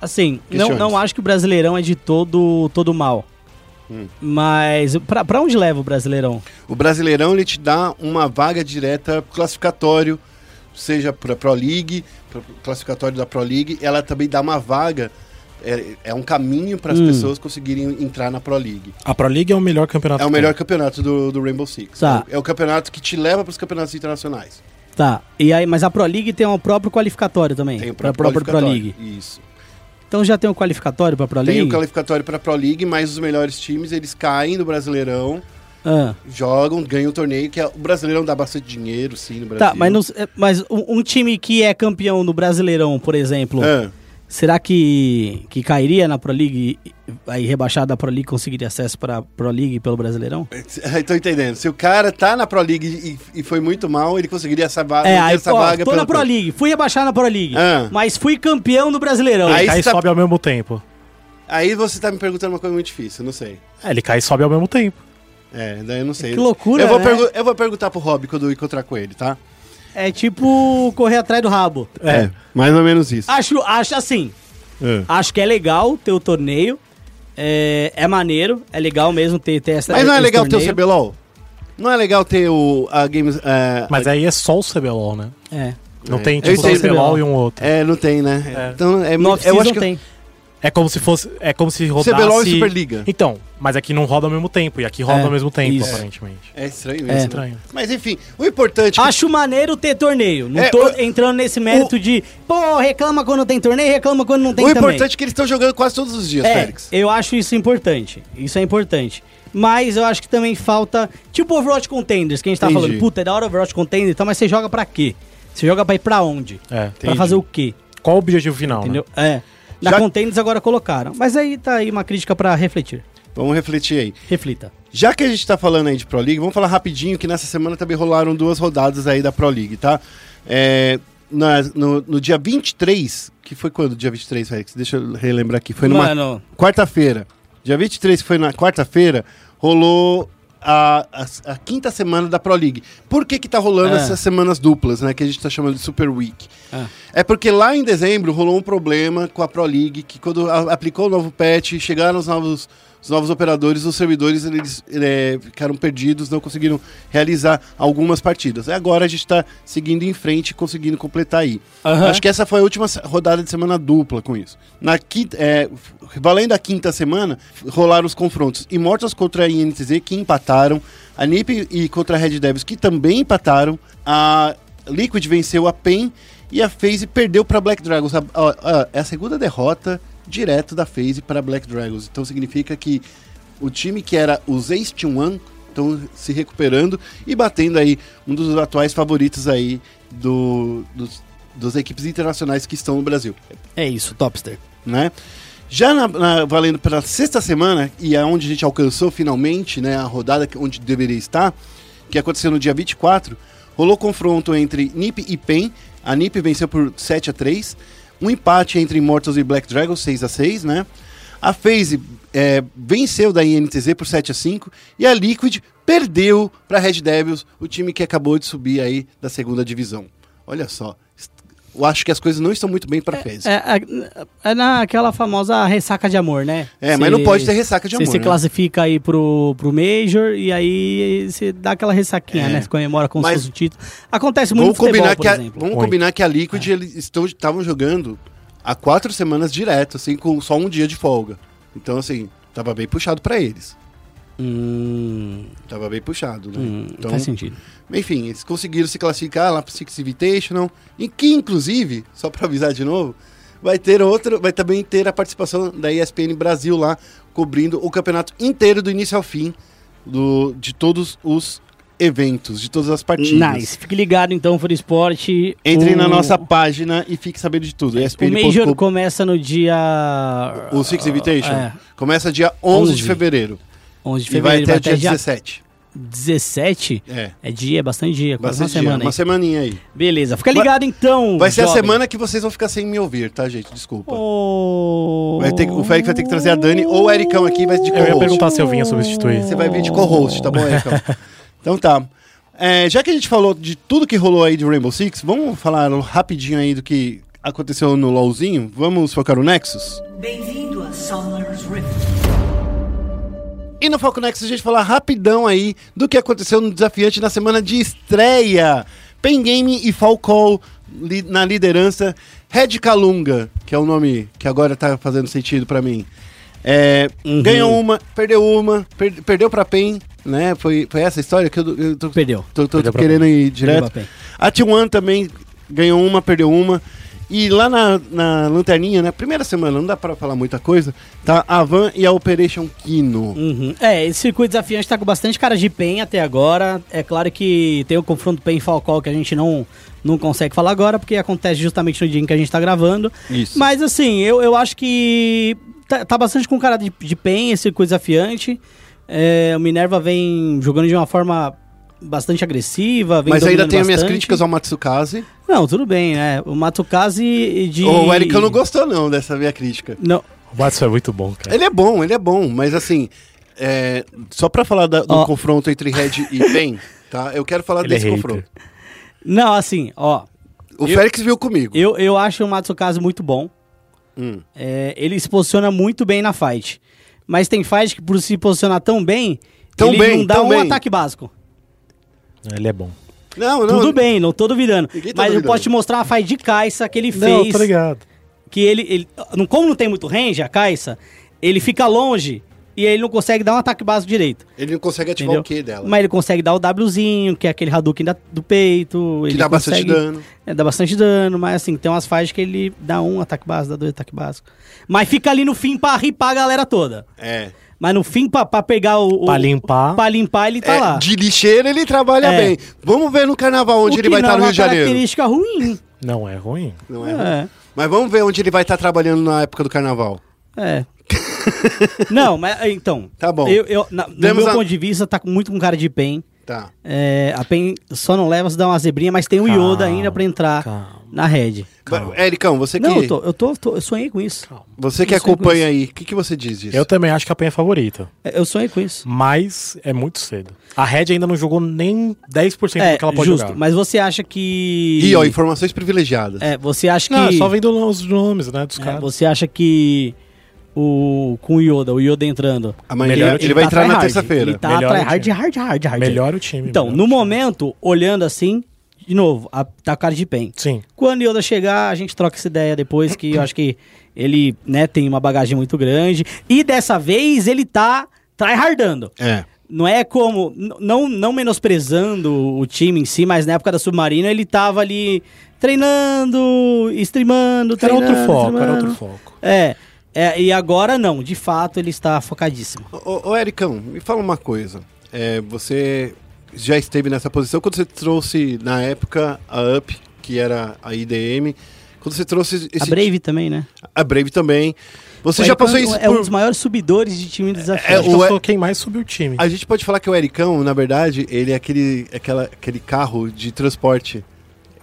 Assim, não, Questione-se. não acho que o Brasileirão é de todo, todo mal. Hum. Mas pra, pra onde leva o Brasileirão? O Brasileirão ele te dá uma vaga direta classificatório, seja para Pro League, pro classificatório da Pro League, ela também dá uma vaga, é, é um caminho para as Hum. pessoas conseguirem entrar na Pro League. A Pro League é o melhor campeonato. É o que melhor campeonato do, do Rainbow Six. Tá. É o campeonato que te leva para os campeonatos internacionais. Tá, e aí, mas a Pro League tem um próprio qualificatório também. Tem o pra próprio própria Pro League. Isso. Então já tem um qualificatório pra Pro Tem o League? qualificatório para Pro League, mas os melhores times eles caem do Brasileirão, Ah. jogam, ganham o torneio, que é- o Brasileirão dá bastante dinheiro, sim, no Brasil. Tá, mas, não, é, mas um, um time que é campeão do Brasileirão, por exemplo, Ah. Será que, que cairia na Pro League, e- aí rebaixada da Pro League conseguiria acesso para Pro League pelo Brasileirão? Estou É, entendendo. Se o cara tá na Pro League e, e foi muito mal, ele conseguiria essa, va É, aí, essa ó, vaga. tô na pela- Pro League, fui rebaixado na Pro League, Ah. mas fui campeão do Brasileirão. Aí Ele cai e você tá- sobe ao mesmo tempo. Aí você tá me perguntando uma coisa muito difícil, não sei. É, ele cai e sobe ao mesmo tempo. É, daí eu não sei. Que loucura, eu vou, né? pergu- eu vou perguntar pro Rob quando eu encontrar com ele, tá? É tipo correr atrás do rabo. É. mais ou menos isso. Acho, acho assim, É. acho que é legal ter o torneio, é, é maneiro, é legal mesmo ter, ter essa Mas não é esse legal ter o torneio. CBLOL? Não é legal ter o, a Games... É, Mas aí é só o CBLOL, né? É. Não É. tem Eu tipo só o entendo. CBLOL e um outro. É, é, não tem, né? É. Então, é, No muito- eu acho off-season que tem. como se fosse. É como se rodasse. CBLOL e Superliga. Então, mas aqui não roda ao mesmo tempo. E aqui roda É, ao mesmo tempo, isso. aparentemente. É estranho isso, É. né? Estranho. Mas enfim, o importante... Acho maneiro ter torneio. Não É, tô o- entrando nesse mérito de, pô, reclama quando tem torneio, reclama quando não tem o também. importante é que eles estão jogando quase todos os dias, é, Félix. eu acho isso importante. Isso é importante. Mas eu acho que também falta. Tipo Overwatch Contenders, que a gente tá Entendi. falando, puta, é da hora Overwatch Contenders e tal, mas você joga pra quê? Você joga pra ir pra onde? É. Pra fazer o quê? Qual o objetivo final? né? Entendeu? É. Na Já- Contenders agora colocaram. Mas aí tá aí uma crítica pra refletir. Vamos refletir aí. Reflita. Já que a gente tá falando aí de Pro League, vamos falar rapidinho que nessa semana também rolaram duas rodadas aí da Pro League, tá? É, na- no, no dia 23, que foi quando? Dia 23, Félix? Deixa eu relembrar aqui. Foi numa Mano. quarta-feira. Dia 23, que foi na quarta-feira, rolou a, a- a quinta semana da Pro League. Por que que tá rolando É. essas semanas duplas, né? Que a gente tá chamando de Super Week. Ah. É porque lá em dezembro rolou um problema com a Pro League, que quando a- aplicou o novo patch, chegaram os novos, os novos operadores, os servidores eles é, ficaram perdidos, não conseguiram realizar algumas partidas. E agora a gente está seguindo em frente, conseguindo completar aí. Aham. Acho que essa foi a última se- rodada de semana dupla com isso. Na quinta, é, f- valendo a quinta semana, f- rolaram os confrontos Immortals contra a INTZ, que empataram, a NiP e contra a Red Devils, que também empataram, a Liquid venceu a PEN e a FaZe perdeu para Black Dragons. A- a- a- É a, segunda derrota direto da FaZe para Black Dragons. Então significa que o time que era os ex Team One estão se recuperando e batendo aí um dos atuais favoritos aí do, dos, das equipes internacionais que estão no Brasil, É isso, Topster. né? Já na, na- valendo pela sexta semana, e é onde a gente alcançou finalmente né, a rodada que- onde deveria estar, que aconteceu no dia 24, rolou confronto entre NiP e PEN. A NiP venceu por 7 a 3 Um empate entre Immortals e Black Dragon, 6 a 6 né? A FaZe é, venceu da INTZ por 7 a 5 E a Liquid perdeu para Red Devils, o time que acabou de subir aí da segunda divisão. Olha só, est- eu acho que as coisas não estão muito bem para a FaZe. É, é, é naquela famosa ressaca de amor, né? É, mas Cê- não pode ter ressaca de cê amor, se né? classifica aí pro, pro Major e aí você dá aquela ressaquinha, né? Você comemora com É. Mas- seus títulos. Acontece muito Vamos no futebol, combinar, por que a, exemplo. vamos Oi. combinar que a Liquid eles estão- estavam jogando há quatro semanas direto, assim, com só um dia de folga. Então, assim, tava bem puxado pra eles. Hum, Tava bem puxado, né? hum, então, faz sentido. enfim, eles conseguiram se classificar lá pro Six Invitational, e que, inclusive, só pra avisar de novo, vai ter outro, vai também ter a participação da ESPN Brasil lá, cobrindo o campeonato inteiro do início ao fim do, de todos os eventos, de todas as partidas. Nice. Fique ligado então, Foro Esporte. Entre O- É, na nossa página e fique sabendo de tudo. O Major ESPN.com. começa no dia. O Six Invitation É, começa dia 11, de 11. fevereiro 11 de e vai até fevereiro, vai dia até dia 17. 17. É, É dia, é bastante dia, quase bastante uma dia, semana uma aí. semaninha aí. Beleza, fica Vai- ligado então. Vai ser a jovem. Oh. semana que vocês vão ficar sem me ouvir, tá, gente? Desculpa. Ô. Vai ter que- o Félix vai ter que trazer a Dani ou o Ericão aqui vai de Eu ia co-host. perguntar se eu vinha substituir. Oh. Você vai vir de co-host, tá bom, Ericão? então tá. É, já que a gente falou de tudo que rolou aí de Rainbow Six, vamos falar rapidinho aí do que aconteceu no LoLzinho? Vamos focar no Nexus? Bem-vindo a Summer's Rift. E no Foco Nexus a gente falar rapidão aí do que aconteceu no desafiante na semana de estreia. Pen Game e Falcol li- na liderança. Red Calunga, que é o nome que agora tá fazendo sentido pra mim. É, Uhum. Ganhou uma, perdeu uma, per- perdeu pra Pen, né? Foi, foi essa a história que eu, eu tô, Perdeu. tô, tô Perdeu pra querendo ir Perdeu direto. pra Pen. A T1 também ganhou uma, perdeu uma. E lá na, na lanterninha, né? Primeira semana, não dá pra falar muita coisa. Tá a Van e a Operation Kino. Uhum. É, esse circuito desafiante tá com bastante cara de PEN até agora. É claro que tem o confronto PEN e Falcão que a gente não, não consegue falar agora, porque acontece justamente no dia em que a gente tá gravando. Isso. Mas assim, eu, eu acho que tá, tá bastante com cara de, de PEN esse circuito desafiante. É, o Minerva vem jogando de uma forma bastante agressiva. Vem Mas ainda dominando tem as minhas bastante. críticas ao Matsukaze. Não, tudo bem, né? O Matukaze de. O Ericão não gostou, não, dessa minha crítica. Não, O Batson é muito bom, cara. Ele é bom, ele é bom, mas assim, é, só pra falar da- do Ó. confronto entre Red e Ben, tá? Eu quero falar Ele é desse hater. confronto. não, assim, ó. O Félix viu comigo. Eu, eu acho o Matsukaze muito bom. Hum. É, ele se posiciona muito bem na fight. Mas tem fight que, por se posicionar tão bem, Tão ele bem, não dá tão um bem. ataque básico. Ele é bom. Não, não. Tudo bem, não tô duvidando. Ninguém tá mas eu duvidando. posso te mostrar uma fight de Kaisa que ele Não, fez. tô ligado. que ele, ele. não- Como não tem muito range, a Kaisa, ele fica longe e ele não consegue dar um ataque básico direito. Ele não consegue ativar Entendeu? o Q Tipo dela. Mas ele consegue dar o Wzinho, que é aquele Hadouken da- do peito. que ele dá bastante consegue- dano. É, dá bastante dano, mas assim, tem umas fases que ele dá um ataque básico, dá dois ataques básicos. Mas fica ali no fim pra ripar a galera toda. É. Mas no fim, pra, pra pegar o, o. Pra limpar. Pra limpar, ele tá É, lá. De lixeiro ele trabalha É. bem. Vamos ver no carnaval onde O ele que vai não estar é no uma Rio de Janeiro. característica ruim. Não é ruim. Não é. É. Mas vamos ver onde ele vai estar trabalhando na época do carnaval. É. não, mas então. Tá bom. Eu, eu, na- no Demos meu a- ponto de vista, tá com- tá muito com cara de PEN. Tá. É, a PEN só não leva se dá uma zebrinha, mas tem o Calma, Yoda ainda pra Ah, entrar calma. na rede. Ba- Ericão, você Não, que, eu, tô, eu, tô, tô- eu sonhei com isso. você que eu sei com acompanha isso. aí, o que, que você diz disso? Eu também acho que a Penha é favorita. Eu sonhei com isso. Mas é muito cedo. A Red ainda não jogou nem 10% É, do que ela pode justo. jogar. Mas você acha que. E ó, informações privilegiadas. É, você acha que. Não, é só vendo os nomes, né, dos É, caras. você acha que o com o Yoda, o Yoda entrando. Amanhã Melhor ele, eu te- ele vai tá entrar na tryhard, terça-feira. Ele tá Melhor tryhard, eu hard, hard, hard. Melhor o time. Então, né? melhor no o time. momento, olhando assim, de novo, a, tá com cara de pen. Sim. Quando o Yoda chegar, a gente troca essa ideia depois, que eu acho que ele, né, tem uma bagagem muito grande. E dessa vez ele tá tryhardando. É. Não é como. n- Não, não menosprezando o time em si, mas na época da Submarina ele tava ali treinando, streamando, Era treinando. outro foco, era streamando. outro foco. É, é, e agora não, de fato ele está focadíssimo. Ô, ô, Ericão, me fala uma coisa. É, você já esteve nessa posição quando você trouxe, na época, a UP, que era a IDM. Quando você trouxe esse A Brave também, né? a Brave também. Você O já Ayrton passou isso É um dos por... maiores subidores de time de desafio. É, Acho o que eu E- sou quem mais subiu o time. A gente pode falar que o Ericão, na verdade, ele é aquele, aquela, aquele carro de transporte.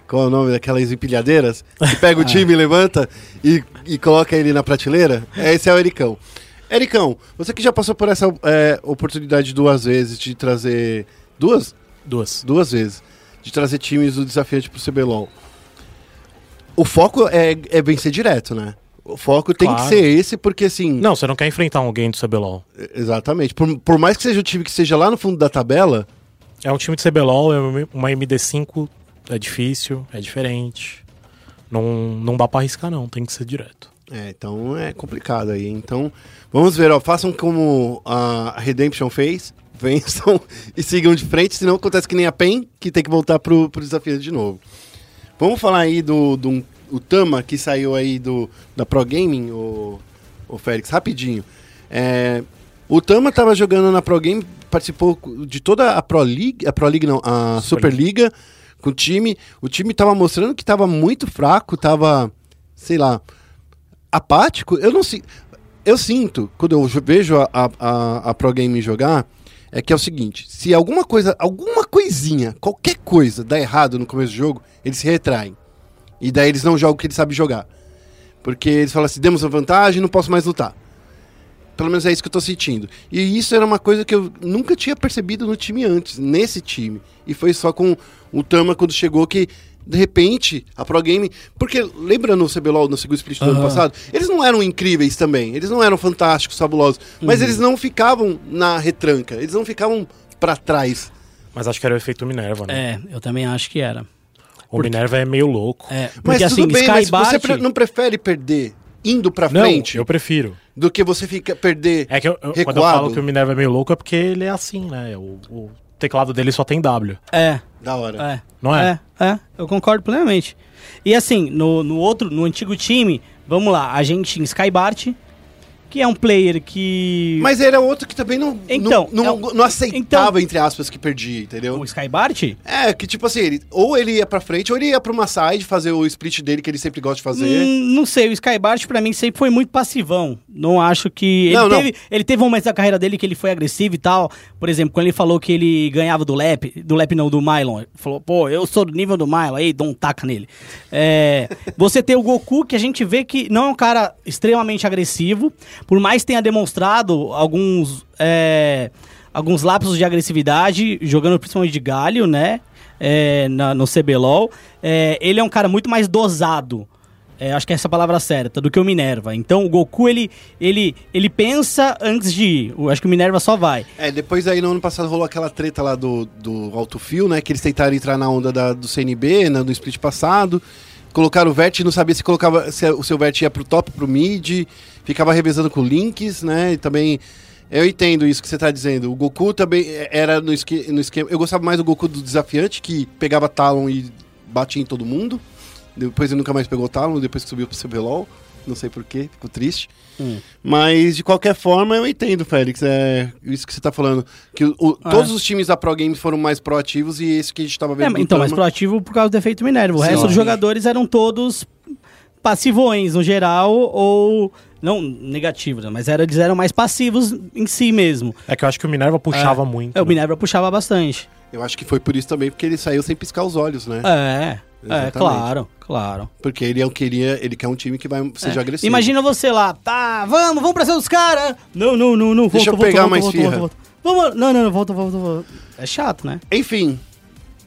Qual é o nome daquelas empilhadeiras? Que pega o time, levanta e, e coloca ele na prateleira? Esse é o Ericão. Ericão, você que já passou por essa é, oportunidade duas vezes de trazer. Duas? Duas. duas vezes, de trazer times do desafiante pro CBLOL. O foco é, é vencer direto, né? O foco tem Claro. que ser esse, porque assim. Não, você não quer enfrentar alguém do CBLOL. Exatamente. Por, por mais que seja o time que seja lá no fundo da tabela, É um time de CBLOL, é uma MD5, é difícil, é diferente. Não, não dá pra arriscar, não, tem que ser direto. é, então é complicado aí. Então, vamos ver, ó. Façam como a Redemption fez, vençam e sigam de frente, senão acontece que nem a PEN, que tem que voltar pro, pro desafiante de novo. Vamos falar aí do, do o Tama que saiu aí do da Pro Gaming, o, o Félix, rapidinho. É, o Tama tava jogando na Pro Game, participou de toda a Pro League, a Pro League não, a Superliga com o time. O time tava mostrando que tava muito fraco, tava, sei lá, apático. Eu não sei. Eu sinto, quando eu jo- vejo a, a, a, a Pro Game jogar, é que é o seguinte: se alguma coisa, alguma coisinha, qualquer coisa dá errado no começo do jogo, eles se retraem. E daí eles não jogam o que eles sabem jogar. Porque eles falam assim: demos a vantagem, não posso mais lutar. Pelo menos é isso que eu tô sentindo. E isso era uma coisa que eu nunca tinha percebido no time antes, nesse time. E foi só com o Tama quando chegou que, de repente, a Pro Game. Porque lembra no CBLOL, no segundo split do ano passado? Eles não eram incríveis também. Eles não eram fantásticos, fabulosos. Mas Uhum. eles não ficavam na retranca. Eles não ficavam pra trás. Mas acho que era o efeito Minerva, né? É, eu também acho que era. O Minerva é meio louco. É, porque Mas assim, tudo bem, mas Sky você bate, pre- não prefere perder indo pra Não, frente eu prefiro. do que você fica perder É que eu, eu- quando eu recuado? falo que o Minerva é meio louco é porque ele é assim, né? O, o teclado dele só tem W. É, Da hora. é. Não é? É, é, eu concordo plenamente. E assim, no, no outro, no antigo time, vamos lá, a gente em Sky Bart, que é um player que. Mas era outro que também não, É. Então, não, não, é o- não aceitava, então- entre aspas, que perdia, entendeu? O Sky Bart? É, que tipo assim, ele- ou ele ia pra frente, ou ele ia pra uma side fazer o split dele que ele sempre gosta de fazer. Hum, não sei, o Skybart pra mim sempre foi muito passivão. Não acho que. Ele, Não, não. teve, ele teve momentos da carreira dele que ele foi agressivo e tal. Por exemplo, quando ele falou que ele ganhava do Lep, do Lep não, do Mylon. Ele falou, pô, eu sou do nível do Mylon, aí dou um taca nele. É, você tem o Goku, que a gente vê que não é um cara extremamente agressivo, por mais que tenha demonstrado alguns. é, alguns lapsos de agressividade, jogando principalmente de galho, né? é, na- no CBLOL. É, ele é um cara muito mais dosado. É, acho que é essa a palavra certa, do que o Minerva. Então o Goku, ele, ele, ele pensa antes de ir. Eu acho que o Minerva só vai. É, depois aí no ano passado rolou aquela treta lá do, do alto fio, né? Que eles tentaram entrar na onda da- do CNB, né, do split passado. Colocaram o Vert e não sabia se colocava se o seu Vert ia pro top, pro mid. Ficava revezando com links, né? E também. Eu entendo isso que você tá dizendo. O Goku também é, era no, esque- no esquema. Eu gostava mais do Goku do desafiante, que pegava Talon e batia em todo mundo. Depois ele nunca mais pegou Talon, depois que subiu pro CBLOL. Não sei porquê, fico triste. Hum. Mas, de qualquer forma, eu entendo, Félix. É isso que você tá falando. Que o- o- todos os times da Pro Games foram mais proativos e esse que a gente tava É, vendo. do então, Tama- mais proativo por causa do efeito Minerva. O Sim. resto dos jogadores eram todos passivões, no geral, ou. Não negativos, né, mas era, eles eram mais passivos em si mesmo. É que eu acho que o Minerva puxava muito. É, o né? Minerva puxava bastante. Eu acho que foi por isso também, porque ele saiu sem piscar os olhos, né? É, é, Exatamente. claro, claro. Porque ele é o queria, ele quer um time que vai seja É. agressivo. Imagina você lá, tá, vamos, vamos pra cima dos caras. Não, não, não, não, volta, Deixa eu volta, pegar volta, mais volta, firra. volta, volta. Vamos, não, não, não, volta, volta, volta. É chato, né? Enfim,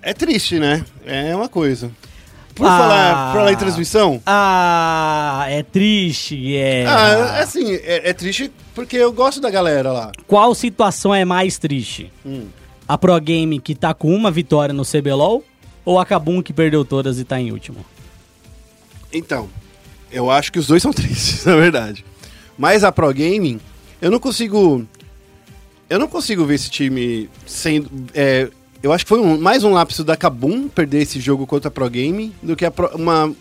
é triste, né? É uma coisa. Por Ah. falar, por falar em transmissão, Ah, é triste, é. ah, assim, é, é triste porque eu gosto da galera lá. Qual situação é mais triste? Hum. A Pro Game que tá com uma vitória no CBLOL ou a Kabum que perdeu todas e tá em último? Então, eu acho que os dois são tristes, na verdade. Mas a Pro Gaming, eu não consigo. Eu não consigo ver esse time sendo. é, eu acho que foi um- mais um lapso da Kabum perder esse jogo contra a Pro Gaming do que a Pro- uma,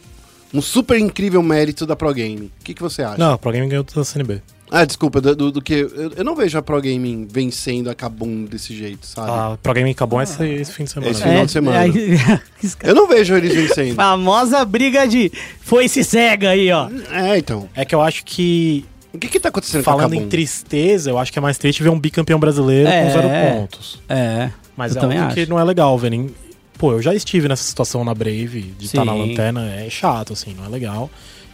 um super incrível mérito da Pro Gaming. O que, que você acha? Não, o programa ganhou da CNB. Ah, desculpa, do, do- do que. Eu, eu não vejo a Pro Gaming vencendo a Kabum desse jeito, sabe? Ah, o programa acabou esse, esse fim de semana. Esse Final de semana. é- Eu não vejo eles vencendo. famosa briga de foice cega aí, ó. é, então. É que eu acho que, O que que tá acontecendo com a falando Kabum? em tristeza, eu acho que é mais triste ver um bicampeão brasileiro É. com zero pontos. É, Mas eu é também algo acho. que não é legal, velho. Em- Pô, eu já estive nessa situação na Brave, de estar na Sim. lanterna, é chato, assim, não é legal.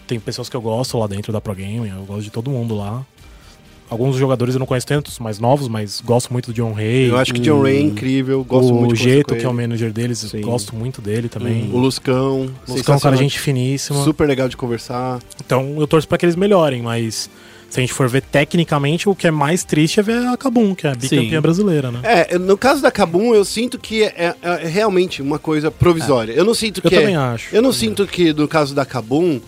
Tem pessoas que eu gosto lá dentro da Pro Game, eu gosto de todo mundo lá. Alguns jogadores eu não conheço tantos, mais novos, mas gosto muito do John Rey. Eu acho que John Ray é incrível, gosto o muito de conversar Geto, com que é o ele. manager deles, eu Sim. Uhum. gosto muito dele também. O Luscão. O Luscão é um cara sensacional. gente finíssima. Super legal de conversar. Então eu torço pra que eles melhorem, mas se a gente for ver tecnicamente, o que é mais triste é ver a Kabum, que é a bicampeã Sim. brasileira, né? É, no caso da Kabum, eu sinto que é, é- é realmente uma coisa provisória. Eu não sinto que Eu também é- acho. Eu não sinto que, no caso da Kabum,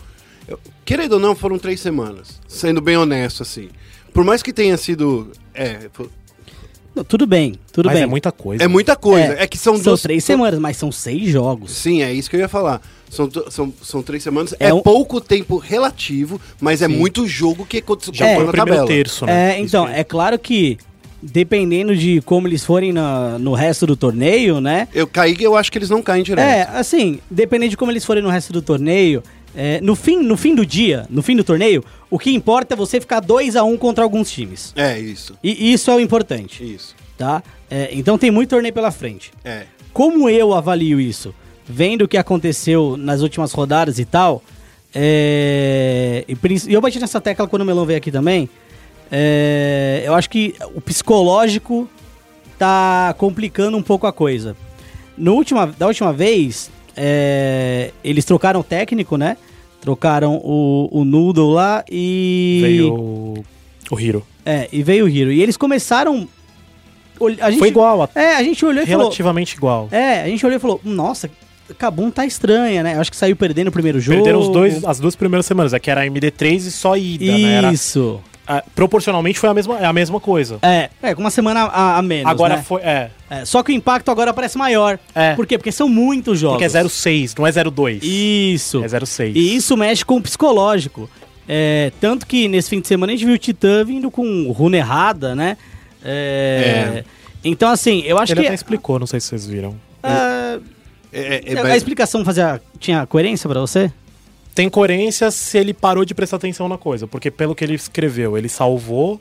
eu- querendo ou não, foram três semanas. Sendo bem honesto, assim. Por mais que tenha sido... É, fo- Não, Tudo bem, tudo mas bem. é muita coisa. é muita coisa. É, que são, duas... três semanas, mas são seis jogos. Sim, é isso que eu ia falar. São, tu- são, são três semanas. É É, um- pouco tempo relativo, mas é muito jogo que aconteceu Já É. foi na o primeiro tabela. terço, né? É, então, é claro que dependendo de como eles forem na- no resto do torneio, né? Eu caí, eu acho que eles não caem direto. É, assim, dependendo de como eles forem no resto do torneio, é, no, fim, no fim do dia, no fim do torneio, o que importa é você ficar 2 a 1 contra alguns times. É, isso. E isso é o importante, Isso. tá? É, então tem muito torneio pela frente. É. Como eu avalio isso? Vendo o que aconteceu nas últimas rodadas e tal, é, e prin- e eu bati nessa tecla quando o Melão veio aqui também, é, eu acho que o psicológico tá complicando um pouco a coisa. No última, da última vez, é, eles trocaram o técnico, né? Trocaram o, o Noodle lá e... Veio o- o Hiro. É, e veio o Hiro. E eles começaram... ol- A gente, Foi igual, a- É, a gente olhou e falou... relativamente igual. É, a gente olhou e falou, nossa, Cabum tá estranha, né? Eu acho que saiu perdendo o primeiro jogo. Perderam os dois, as duas primeiras semanas, é que era MD3 e só ida, né? Era- Isso. ah, proporcionalmente foi a mesma, é a mesma coisa. É, é, com uma semana a, a menos, Agora né? foi. É, É, só que o impacto agora parece maior. É. Por quê? Porque são muitos jogos. porque é 06, não é 02. Isso. É 06. E isso mexe com o psicológico. É, tanto que nesse fim de semana a gente viu o Titã vindo com runa errada, né? É, Então, assim, eu acho Ele que... até explicou, não sei se vocês viram. ah, É, é, é, a explicação fazia, tinha coerência pra você? Tem coerência se ele parou de prestar atenção na coisa, porque pelo que ele escreveu, ele salvou.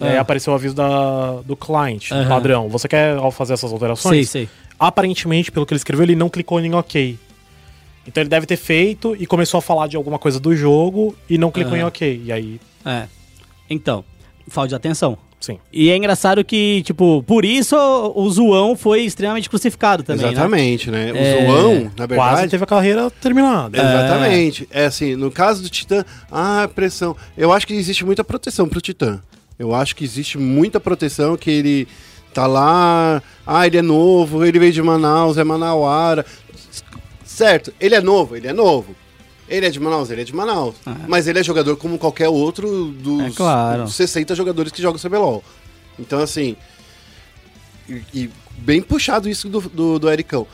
Ah. é, apareceu o aviso da, do client, Aham. padrão. Você quer ao fazer essas Sei, alterações? sei. aparentemente, pelo que ele escreveu, ele não clicou em OK. Então ele deve ter feito e começou a falar de alguma coisa do jogo e não clicou em Aham. OK. E aí, É. Então, falta de atenção. sim. E é engraçado que, tipo, por isso o Zoão foi extremamente crucificado também, né? Exatamente, né? É, O Zoão, na Quase verdade. teve a carreira terminada. Exatamente. É assim, no caso do Titã, ah, pressão. Eu acho que existe muita proteção pro Titã. Eu acho que existe muita proteção que ele tá lá, ah, ele é novo, ele veio de Manaus, é manauara. Certo, ele é novo, ele é novo. Ele é de Manaus, ele é de Manaus. Mas ele é jogador como qualquer outro dos É claro. dos 60 jogadores que jogam CBLOL. Então, assim, e, e bem puxado isso do, do, do Ericão.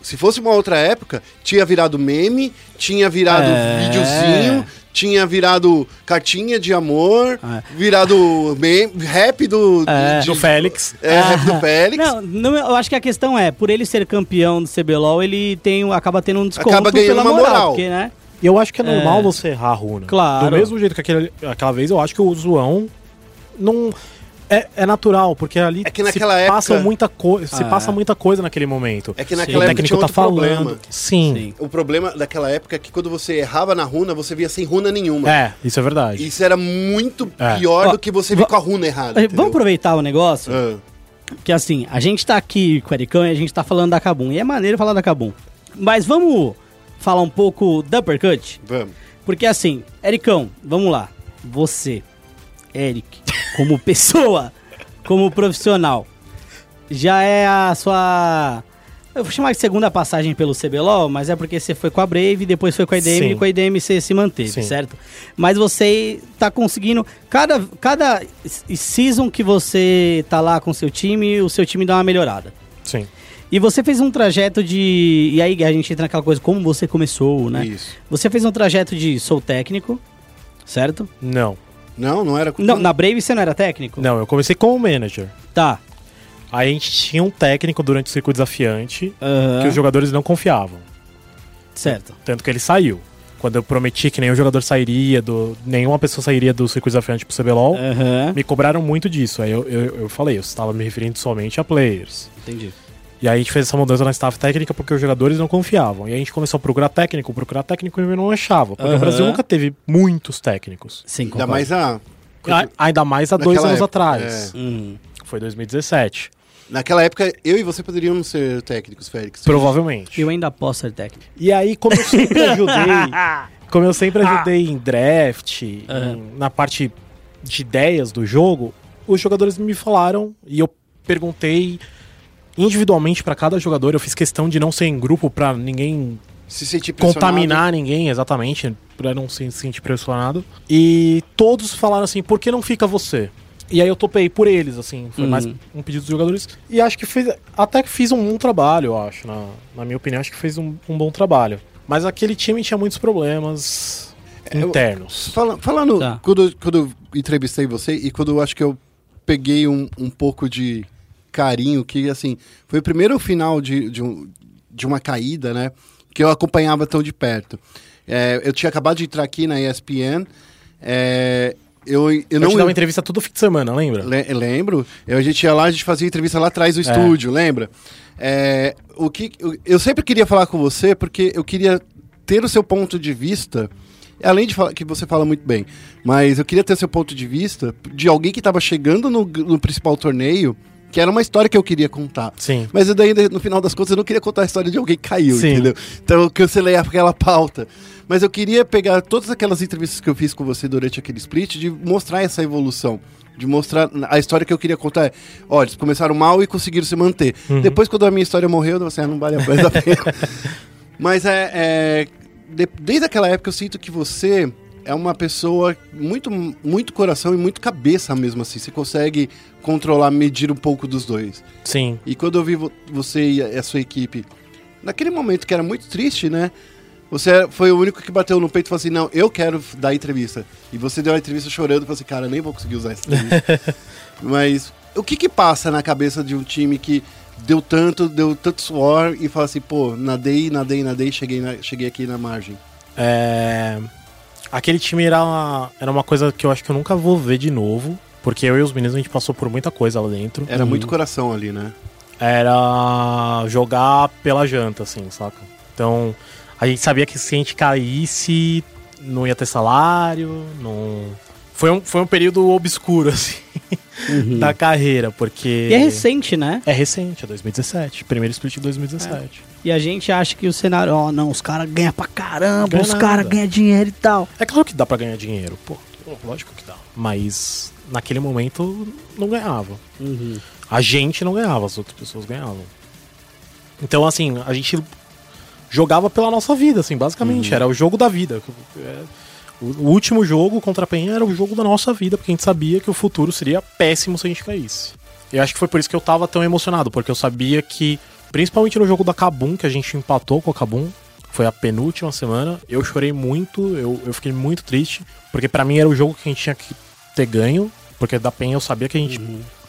Se fosse uma outra época, tinha virado meme, tinha virado É. videozinho, tinha virado cartinha de amor, É. virado meme, rap do, É. Ah. de- Do Félix. é, rap do Félix. Não, não, eu acho que a questão é, por ele ser campeão do CBLOL, ele tem, um- acaba tendo um desconto Acaba ganhando pela uma moral, moral. porque, né? E eu acho que é É. normal você errar a runa. Claro. Do mesmo jeito que aquele, aquela vez, eu acho que o Zoão não. É, é natural, porque ali É que naquela época- passa muita co- se Ah, passa é. muita coisa naquele momento. É que O naquela época tinha técnico tá outro falando. problema. Sim. Sim. O problema daquela época é que quando você errava na runa, você via sem runa nenhuma. É, isso é verdade. Isso era muito É. pior Ó, do que você vir va- com a runa errada. Ah, entendeu? Vamos aproveitar o negócio, Ah, que assim, a gente tá aqui com o Ericão e a gente tá falando da Kabum. E é maneiro falar da Kabum. Mas vamos falar um pouco da Uppercut? vamos. Porque assim, Ericão, vamos lá. Você, Eric, como pessoa, como profissional, já é a sua. Eu vou chamar de segunda passagem pelo CBLOL, mas é porque você foi com a Brave, depois foi com a IDM, Sim. e com a IDM você se manteve, Sim. certo? Mas você tá conseguindo. Cada, cada s- season que você tá lá com seu time, o seu time dá uma melhorada. Sim. E você fez um trajeto de. E aí a gente entra naquela coisa, como você começou, né? Isso. Você fez um trajeto de sou técnico, certo? Não. Não, não era. Não, na Brave você não era técnico? Não, eu comecei como manager. Tá. Aí a gente tinha um técnico durante o circuito desafiante Aham, que os jogadores não confiavam. Certo. Tanto que ele saiu. Quando eu prometi que nenhum jogador sairia do. nenhuma pessoa sairia do circuito desafiante pro CBLOL, Aham. me cobraram muito disso. Aí eu, eu, eu falei, eu estava me referindo somente a players. Entendi. E aí a gente fez essa mudança na staff técnica porque os jogadores não confiavam. E aí a gente começou a procurar técnico, procurar técnico e eu não achava. Porque Aham. o Brasil nunca teve muitos técnicos. Sim, Ainda concordo. mais ah, a. A- ainda mais há dois Naquela anos época, atrás. Hum, Foi 2017. Naquela época, eu e você poderiam ser técnicos, Félix. Provavelmente. eu ainda posso ser técnico. E aí, como eu sempre ajudei, Ah. como eu sempre ajudei em draft, em- na parte de ideias do jogo, os jogadores me falaram e eu perguntei individualmente pra cada jogador. Eu fiz questão de não ser em grupo pra ninguém Se sentir pressionado. contaminar ninguém, exatamente, pra não se sentir pressionado. E todos falaram assim: por que não fica você? E aí eu topei por eles, assim, foi Uhum. mais um pedido dos jogadores. E acho que fez. Até que fiz um bom trabalho, eu acho. Na, na minha opinião, acho que fez um, um bom trabalho. Mas aquele time tinha muitos problemas É, eu- internos. Fala- falando, Tá. quando, quando eu entrevistei você e quando eu acho que eu peguei um, um pouco de carinho, que assim, foi o primeiro final de, de, um- de uma caída, né? Que eu acompanhava tão de perto. É, eu tinha acabado de entrar aqui na ESPN, é, eu, eu, Eu, não. te um dava entrevista todo fim de semana, lembra? Le- eu lembro. Eu, a gente ia lá, a gente fazia entrevista lá atrás do estúdio, lembra? É, o que, eu, eu sempre queria falar com você porque eu queria ter o seu ponto de vista. Além de falar que você fala muito bem, mas eu queria ter o seu ponto de vista de alguém que estava chegando no, no principal torneio, que era uma história que eu queria contar. Sim. Mas eu daí, no final das contas, eu não queria contar a história de alguém que caiu, Sim. entendeu? Então eu cancelei aquela pauta. Mas eu queria pegar todas aquelas entrevistas que eu fiz com você durante aquele split de mostrar essa evolução. De mostrar a história que eu queria contar. é, Olha, eles começaram mal e conseguiram se manter. Uhum. Depois, quando a minha história morreu, você "Ah, não vale mais a pena. tá Mas é, é, de- desde aquela época eu sinto que você é uma pessoa muito, muito coração e muito cabeça mesmo assim. Você consegue controlar, medir um pouco dos dois. Sim. E quando eu vi vo- você e a a sua equipe, naquele momento que era muito triste, né? Você era- foi o único que bateu no peito e falou assim: Não, eu quero f- dar entrevista. E você deu a entrevista chorando e falou assim: Cara, nem vou conseguir usar essa entrevista. Mas o que que passa na cabeça de um time que deu tanto, deu tanto suor e fala assim: Pô, nadei, nadei, nadei, cheguei, na- cheguei aqui na margem. É, Aquele time era uma, era uma coisa que eu acho que eu nunca vou ver de novo. Porque eu e os meninos a gente passou por muita coisa lá dentro. Era muito coração ali, né? Era jogar pela janta, assim, saca? Então a gente sabia que se a gente caísse, não ia ter salário, não. Foi um, foi um período obscuro, assim, da carreira, porque. Uhum. E é recente, né? É recente, é 2017. Primeiro split de 2017. E a gente acha que o cenário, ó, não, os caras ganham pra caramba, Ganha os caras nada. ganham dinheiro e tal. É claro que dá pra ganhar dinheiro, pô. Lógico que dá. Mas naquele momento não ganhava. A gente não ganhava, as outras pessoas ganhavam. Então, assim, a gente jogava pela nossa vida, assim, basicamente. Era o jogo da vida. É, O o último jogo contra a Penha era o jogo da nossa vida, porque a gente sabia que o futuro seria péssimo se a gente caísse. Eu acho que foi por isso que eu tava tão emocionado, porque eu sabia que, principalmente no jogo da Kabum, que a gente empatou com a Kabum, foi a penúltima semana, eu chorei muito, eu, eu fiquei muito triste, porque pra mim era o jogo que a gente tinha que ter ganho, porque da Penha eu sabia que a gente.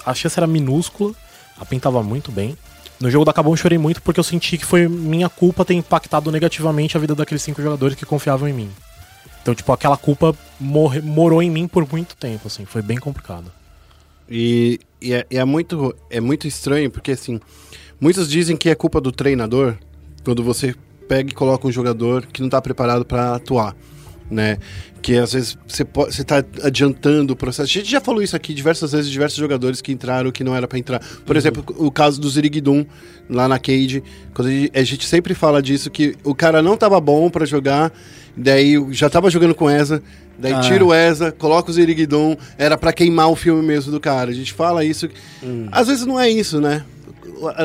A chance era minúscula, a Penha tava muito bem. No jogo da Cabum eu chorei muito porque eu senti que foi minha culpa ter impactado negativamente a vida daqueles cinco jogadores que confiavam em mim. Então, tipo, aquela culpa morre- morou em mim por muito tempo, assim, foi bem complicado. E, e é, é muito, é muito estranho, porque assim, muitos dizem que é culpa do treinador quando você pega e coloca um jogador que não está preparado para atuar. Né? Que às vezes você está adiantando o processo. A gente já falou isso aqui diversas vezes, diversos jogadores que entraram que não era para entrar. Por exemplo, o caso do Zirigdum lá na Cade. Quando a, gente, a gente sempre fala disso, que o cara não estava bom para jogar, daí já estava jogando com Eza, daí Ah. tira o Eza, coloca o Zirigdum, era para queimar o filme mesmo do cara. A gente fala isso. Hum. Às vezes não é isso, né?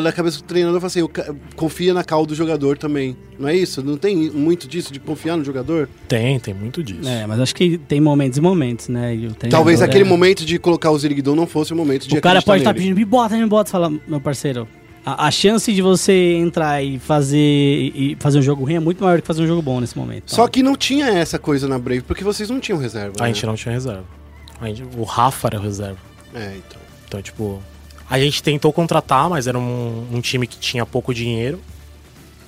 Na cabeça do treinador fala assim, o ca- confia na cal do jogador também. Não é isso? Não tem muito disso de confiar no jogador? Tem, tem muito disso. É, mas acho que tem momentos e momentos, né? E o treinador, Talvez aquele é- momento de colocar o Zirigdon não fosse o momento de O cara acreditar pode estar tá nele. pedindo, me bota, me bota, fala, meu parceiro. A, a chance de você entrar e fazer, e fazer um jogo ruim é muito maior que fazer um jogo bom nesse momento. Só que não tinha essa coisa na Brave, porque vocês não tinham reserva. A né? gente não tinha reserva. A gente- o Rafa era reserva. É, então. Então, tipo, a gente tentou contratar, mas era um, um time que tinha pouco dinheiro.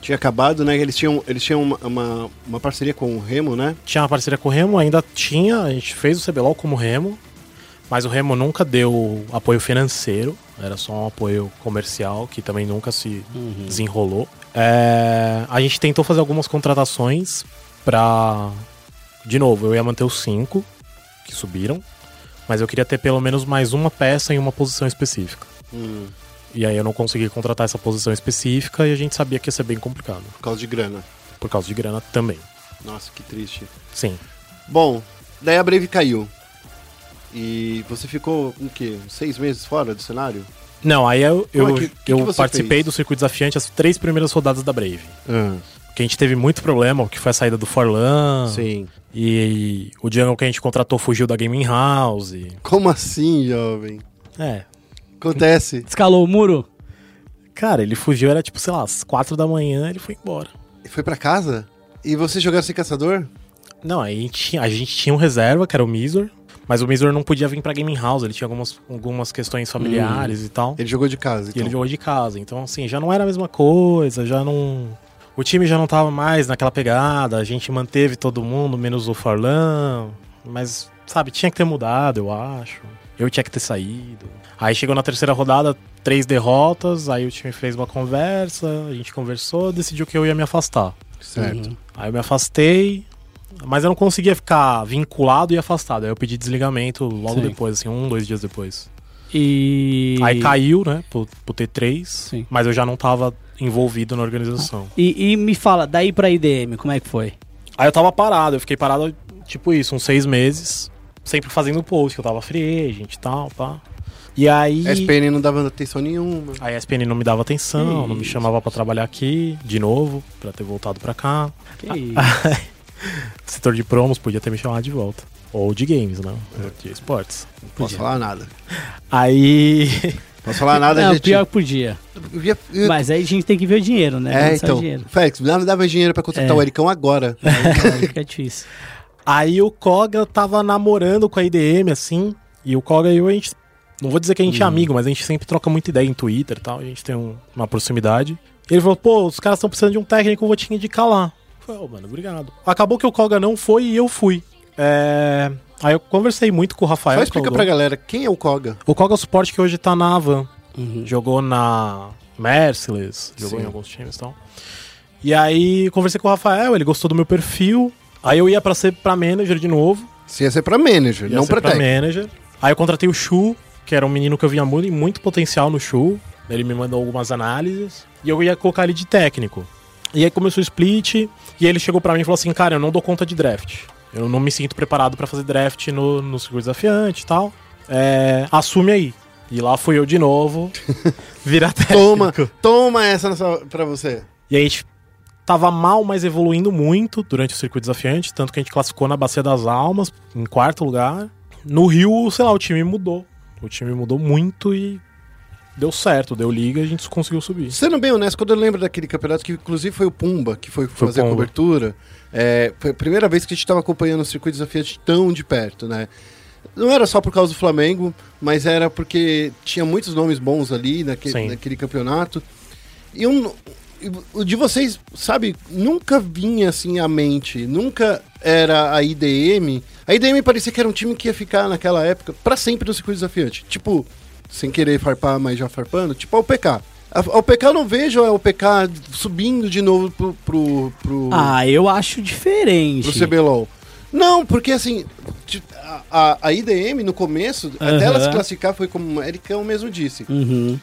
Tinha acabado, né? Eles tinham, eles tinham uma, uma, uma parceria com o Remo, né? Tinha uma parceria com o Remo, ainda tinha, a gente fez o CBLOL como Remo, mas o Remo nunca deu apoio financeiro, era só um apoio comercial que também nunca se desenrolou. É, a gente tentou fazer algumas contratações pra. De novo, eu ia manter os cinco que subiram, mas eu queria ter pelo menos mais uma peça em uma posição específica. E aí eu não consegui contratar essa posição específica e a gente sabia que ia ser bem complicado, Por causa de grana. por causa de grana também. Nossa, que triste. Sim. Bom, daí a Brave caiu. E você ficou com o quê? Seis meses fora do cenário? Não, aí eu, Como eu, é que- que eu que você participei fez? do circuito desafiante as três primeiras rodadas da Brave. Ah, Que a gente teve muito problema, que foi a saída do Ah. Forlan. Sim. E, o Jungle que a gente contratou fugiu da Gaming House. Como assim, jovem? É. Acontece. Escalou o muro? Cara, ele fugiu, era tipo, sei lá, às quatro da manhã ele foi embora. Foi pra casa? E você jogaram sem caçador? Não, aí a gente, tinha- a gente tinha um reserva, que era o Mizor. Mas o Mizor não podia vir pra Gaming House, ele tinha algumas, algumas questões familiares Hum. e tal. Ele jogou de casa, E então. ele jogou de casa. Então, assim, já não era a mesma coisa, já não. O time já não tava mais naquela pegada, a gente manteve todo mundo, menos o Forlan. Mas, sabe, tinha que ter mudado, eu acho. Eu tinha que ter saído. Aí chegou na terceira rodada, três derrotas, aí o time fez uma conversa, a gente conversou, decidiu que eu ia me afastar. Certo. Aí eu me afastei, mas eu não conseguia ficar vinculado e afastado. Aí eu pedi desligamento logo Sim. depois, assim, um, dois dias depois. E. Aí caiu, né, pro, pro T3, Sim. mas eu já não tava envolvido na organização. E, e me fala, daí pra IDM, como é que foi? Ah. Aí eu tava parado, eu fiquei parado, tipo isso, uns seis meses, sempre fazendo post, que eu tava free agent e tal, pá. E aí... SPN não dava atenção nenhuma. A ESPN não me dava atenção, não me chamava pra trabalhar aqui, de novo, pra ter voltado pra cá. Que Ah, isso? Setor de promos podia ter me chamado de volta. Ou de games, né? De esportes. Não posso falar nada. Aí... Posso falar nada, Não, gente. pior que podia. Eu ia- eu- Mas aí a gente tem que ver o dinheiro, né? é, Não sai o então. dinheiro. Félix, dá, dá mais dinheiro pra contratar É. o Ericão agora. Aí fica difícil. Aí o Koga tava namorando com a IDM, assim, e o Koga e eu, a gente. Não vou dizer que a Uhum. gente é amigo, mas a gente sempre troca muita ideia em Twitter e tal, a gente tem um- uma proximidade. Ele falou, pô, os caras estão precisando de um técnico, eu vou te indicar lá. Eu falei, ô, mano, obrigado. Acabou que o Koga não foi e eu fui. É, Aí eu conversei muito com o Rafael. Só que explica é o pra dono. galera quem é o Koga. O Koga é o suporte que hoje tá na Avan. Jogou na Merciless, jogou Uhum. Sim. em alguns times e tal. E aí conversei com o Rafael, ele gostou do meu perfil. Aí eu ia pra ser pra manager de novo. Se ia ser pra manager, Ia não ser pra pra técnico. manager. Aí eu contratei o Shu, que era um menino que eu via muito, muito potencial no Shu. Ele me mandou algumas análises. E eu ia colocar ele de técnico. E aí começou o split. E aí ele chegou pra mim e falou assim: Cara, eu não dou conta de draft. Eu não me sinto preparado pra fazer draft no, no circuito desafiante e tal. É, assume aí. E lá fui eu de novo. virar técnico. Toma, toma essa na sua- pra você. E aí a gente tava mal, mas evoluindo muito durante o circuito desafiante, tanto que a gente classificou na Bacia das Almas, em quarto lugar. No Rio, sei lá, o time mudou. O time mudou muito e deu certo, deu liga e a gente conseguiu subir. Sendo bem honesto, quando eu lembro daquele campeonato, que inclusive foi o Pumba que foi, Foi o fazer a Pumba. cobertura, é, foi a primeira vez que a gente estava acompanhando o circuito desafiante tão de perto, né? Não era só por causa do Flamengo, mas era porque tinha muitos nomes bons ali naque- Sim. naquele campeonato. E um, o de vocês, sabe, nunca vinha assim à mente, nunca era a IDM. A IDM parecia que era um time que ia ficar naquela época pra sempre no circuito desafiante. Tipo, sem querer farpar, mas já farpando, tipo a UPK. A a UPK eu não vejo é a UPK subindo de novo pro, pro, pro, Ah, eu acho diferente. pro CBLOL. Não, porque assim, ti- a- a, a IDM no começo, até ela se Aham. classificar foi como o Ericão mesmo disse. Uhum.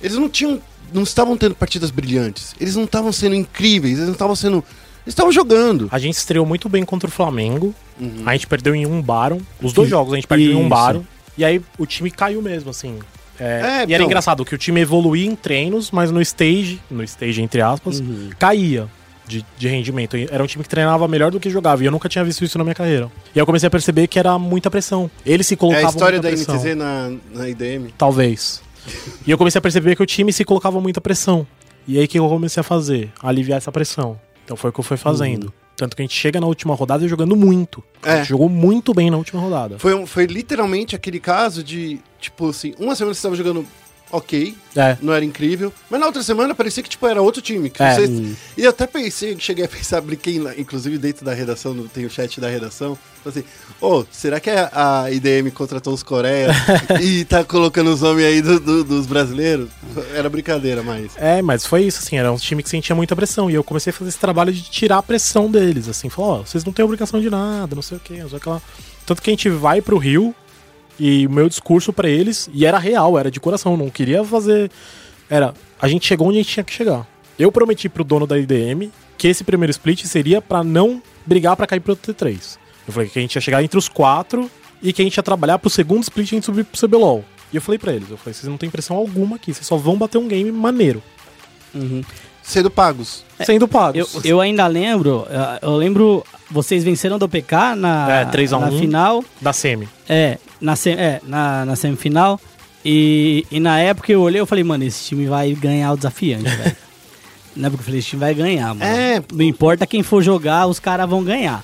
Eles não tinham. não estavam tendo partidas brilhantes. Eles não estavam sendo incríveis, eles não estavam sendo. Eles estavam jogando. A gente estreou muito bem contra o Flamengo. Uhum. A gente perdeu em um Baron. Os dois Sim. jogos a gente perdeu em um Isso. Baron. E aí o time caiu mesmo, assim. É, É, e era então. engraçado que o time evoluía em treinos, mas no stage, no stage entre aspas, Uhum. caía de, de rendimento. Era um time que treinava melhor do que jogava. E eu nunca tinha visto isso na minha carreira. E aí eu comecei a perceber que era muita pressão. Eles se É a colocavam história muita da pressão. NTZ na, na IDM. Talvez. E eu comecei a perceber que o time se colocava muita pressão. E aí o que eu comecei a fazer? Aliviar essa pressão. Então foi o que eu fui fazendo. Tanto que a gente chega na última rodada jogando muito. A É. gente jogou muito bem na última rodada. Foi, um- foi literalmente aquele caso de, tipo assim, uma semana você estava jogando ok, É. não era incrível, mas na outra semana parecia que tipo, era outro time. que É. você- E eu até pensei, cheguei a pensar, brinquei, lá, inclusive dentro da redação, no- tem o chat da redação, falei assim, ô, será que a, a IDM contratou os Coreia e tá colocando os homens aí do- do- dos brasileiros? Era brincadeira, mas... É, mas foi isso, assim, era um time que sentia muita pressão. E eu comecei a fazer esse trabalho de tirar a pressão deles, assim, falar, ó, vocês não têm obrigação de nada, não sei o quê, não sei o que lá. Tanto que a gente vai pro Rio e o meu discurso pra eles, e era real, era de coração, eu não queria fazer. Era, a gente chegou onde a gente tinha que chegar. Eu prometi pro dono da IDM que esse primeiro split seria pra não brigar pra cair pro T3. Eu falei que a gente ia chegar entre os quatro e que a gente ia trabalhar pro segundo split e a gente subir pro CBLOL. E eu falei pra eles, eu falei, vocês não têm pressão alguma aqui, vocês só vão bater um game maneiro Sendo pagos. É, sendo pago. Eu, eu ainda lembro, eh, eu lembro, vocês venceram do PK na, É, 3 a 1. na um. final. Da Semi. É, na, sem- é, na, na semifinal. E, e na época eu olhei e falei, mano, esse time vai ganhar o desafiante, velho. na época eu falei, esse time vai ganhar, mano. É, Não importa quem for jogar, os caras vão ganhar.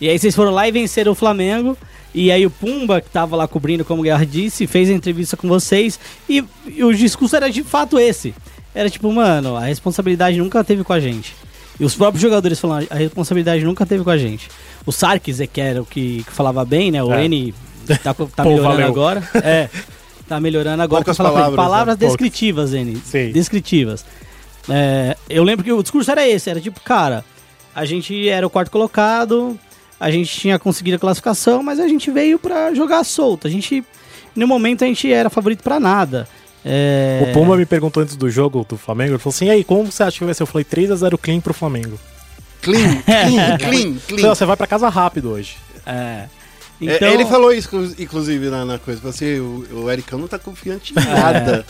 E aí vocês foram lá e venceram o Flamengo. E aí o Pumba, que tava lá cobrindo, como o Guerra disse, fez a entrevista com vocês. E, e o discurso era de fato esse. Era tipo, mano, a responsabilidade nunca teve com a gente. E os próprios jogadores falando, a responsabilidade nunca teve com a gente. O Sarkis, é que era o que, que falava bem, né? O É. N tá, co- tá Pô, melhorando valeu. agora. É. Tá melhorando agora. Poucas que eu falo pra ele. palavras, palavras né? Poucas. descritivas, N. Sim. Descritivas. É, eu lembro que o discurso era esse, era tipo, cara, a gente era o quarto colocado, a gente tinha conseguido a classificação, mas a gente veio pra jogar solto. A gente, no momento, a gente era favorito pra nada. É, O Pumba me perguntou antes do jogo do Flamengo, ele falou assim, e aí, como você acha que vai ser? Eu falei 3x0 clean pro Flamengo. Clean, clean, clean, Falei, ó, clean. você vai pra casa rápido hoje. é. É, Então, Ele falou isso, inclusive, na, na coisa. Falou assim, o, o Ericão não tá confiante em É. nada.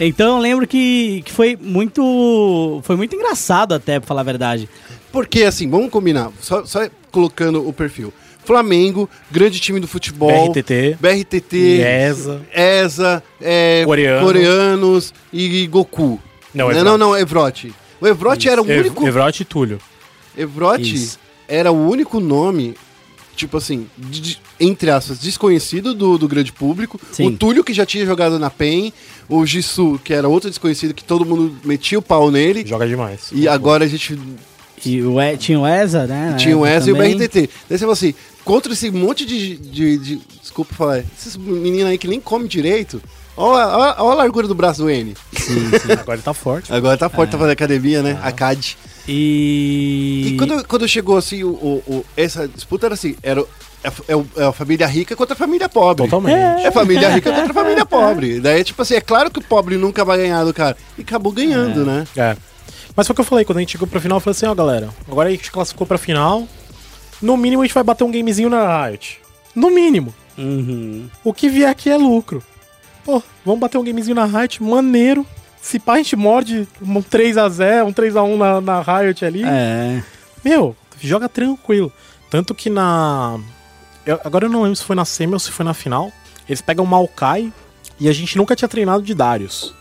então eu lembro que, que foi muito. Foi muito engraçado até, pra falar a verdade. Porque, assim, vamos combinar. Só, só colocando o perfil. Flamengo, grande time do futebol. BRTT, BRTT. IESA. ESA. é, Coreano. Coreanos e, Goku. Não, não, Evrote. não, não, Evrote. O Evrote era o Ev- único... Evrote e Túlio. Evrote Isso. era o único nome, tipo assim, de- de- entre aspas, desconhecido do, do grande público. Sim. O Túlio, que já tinha jogado na PEN. O Gisu, que era outro desconhecido, que todo mundo metia o pau nele. Joga demais. E agora a gente E o E- tinha o ESA, né? tinha o S e o também. BRTT. Daí você falou assim, contra esse monte de... de, de- desculpa falar, esses meninos aí que nem come direito... Olha a, ó a largura do braço do N. Agora ele tá forte. Agora tá É. forte, tá fazendo academia, né? A CAD. E. E quando, quando chegou assim, o, o- o- essa disputa era assim, era o- é a- é, o- é a família rica contra a família pobre. Totalmente. É família rica contra a família pobre. Daí, tipo assim, é claro que o pobre nunca vai ganhar do cara. E acabou ganhando, né? É. Mas foi o que eu falei, quando a gente chegou pra final, eu falei assim, ó galera, agora a gente classificou pra final, no mínimo a gente vai bater um gamezinho na Riot. No mínimo. Uhum. O que vier aqui é lucro. Pô, vamos bater um gamezinho na Riot, maneiro. Se pá, a gente morde um 3x0, um 3x1 na, na Riot ali. É. Meu, joga tranquilo. Tanto que na. eu- agora eu não lembro se foi na semi ou se foi na final. Eles pegam o Maokai e a gente nunca tinha treinado de Darius.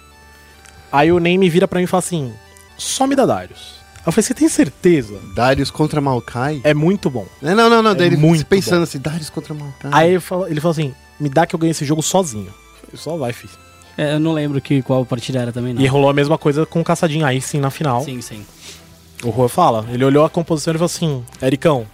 Aí o Name vira pra mim e fala assim: só me dá Darius. Eu falei: você tem certeza? Darius contra Maokai? É muito bom. Não, não, não. não. Daí ele É muito pensando bom. Ah. assim, Darius contra Maokai. Aí ele fala, ele fala assim: me dá que eu ganhei esse jogo sozinho. Eu falei, só vai, filho. É, eu não lembro que, qual partida era também, não. E rolou a mesma coisa com o Caçadinho aí sim na final. Sim, sim. O Rua fala. Ele olhou a composição e falou assim: Ericão,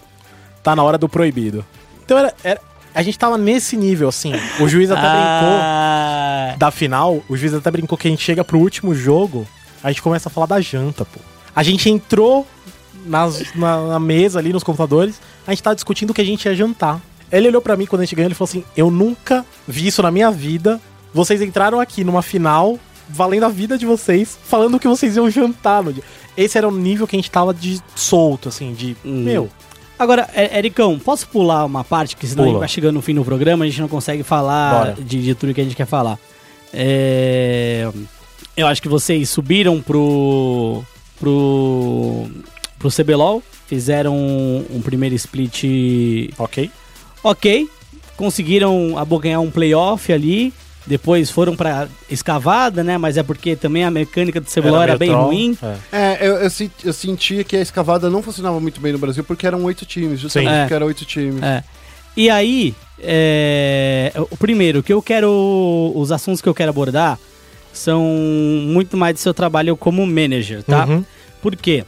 tá na hora do proibido. Então era, era- a gente tava nesse nível, assim. O juiz Tá até Ah, brincou da final. O juiz até brincou que a gente chega pro último jogo, a gente começa a falar da janta, pô. A gente entrou nas- na, na mesa ali, nos computadores, a gente tava discutindo o que a gente ia jantar. Ele olhou pra mim quando a gente ganhou, ele falou assim: Eu nunca vi isso na minha vida. Vocês entraram aqui numa final, valendo a vida de vocês, falando o que vocês iam jantar no dia. Esse era o nível que a gente tava de solto, assim, de. Hum. Meu, Agora, E- Ericão, posso pular uma parte? Que senão a gente Pula. vai chegando no fim do programa, a gente não consegue falar Bora. de, de tudo que a gente quer falar. É, Eu acho que vocês subiram pro. pro. pro CBLOL, fizeram um, um primeiro split ok. ok. Conseguiram abocanhar um playoff ali. Depois foram pra escavada, né? Mas é porque também a mecânica do CBLOL era, meio bem troll, ruim. é. É, eu, eu, senti- eu sentia que a escavada não funcionava muito bem no Brasil porque eram oito times, justamente Sim. É. porque eram oito times. É. E aí, é, o primeiro, o que eu quero. Os assuntos que eu quero abordar são muito mais do seu trabalho como manager, tá? Uhum. Por quê?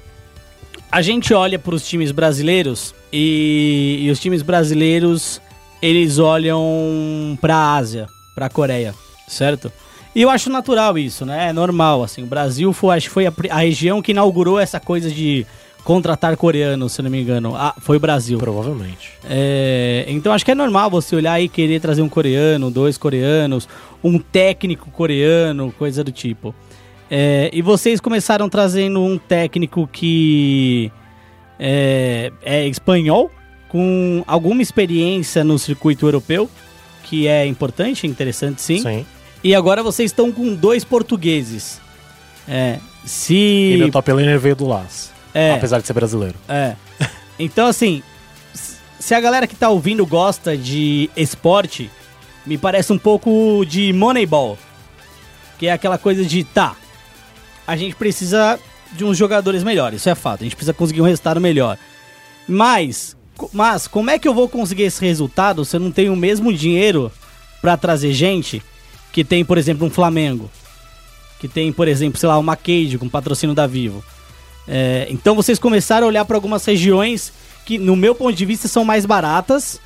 A gente olha para os times brasileiros e, e os times brasileiros eles olham para a Ásia, para a Coreia, certo? E eu acho natural isso, né? É normal, assim. O Brasil foi, acho que foi a, pri- a região que inaugurou essa coisa de contratar coreanos, se não me engano. Ah, foi o Brasil. Provavelmente. É, então acho que é normal você olhar e querer trazer um coreano, dois coreanos, um técnico coreano, coisa do tipo. É, e vocês começaram trazendo um técnico que é, é espanhol, com alguma experiência no circuito europeu, que é importante, interessante sim. Sim. E agora vocês estão com dois portugueses. É, se. E, meu Ah, top laner veio do Las. É. Apesar de ser brasileiro. É. Então, assim, s- se a galera que tá ouvindo gosta de esporte, me parece um pouco de Moneyball. Que é aquela coisa de, tá, a gente precisa de uns jogadores melhores, isso é fato. A gente precisa conseguir um resultado melhor. Mas, co- mas como é que eu vou conseguir esse resultado se eu não tenho o mesmo dinheiro pra trazer gente que tem, por exemplo, um Flamengo? Que tem, por exemplo, sei lá, uma Cage com patrocínio da Vivo. É, então vocês começaram a olhar para algumas regiões que, no meu ponto de vista, são mais baratas,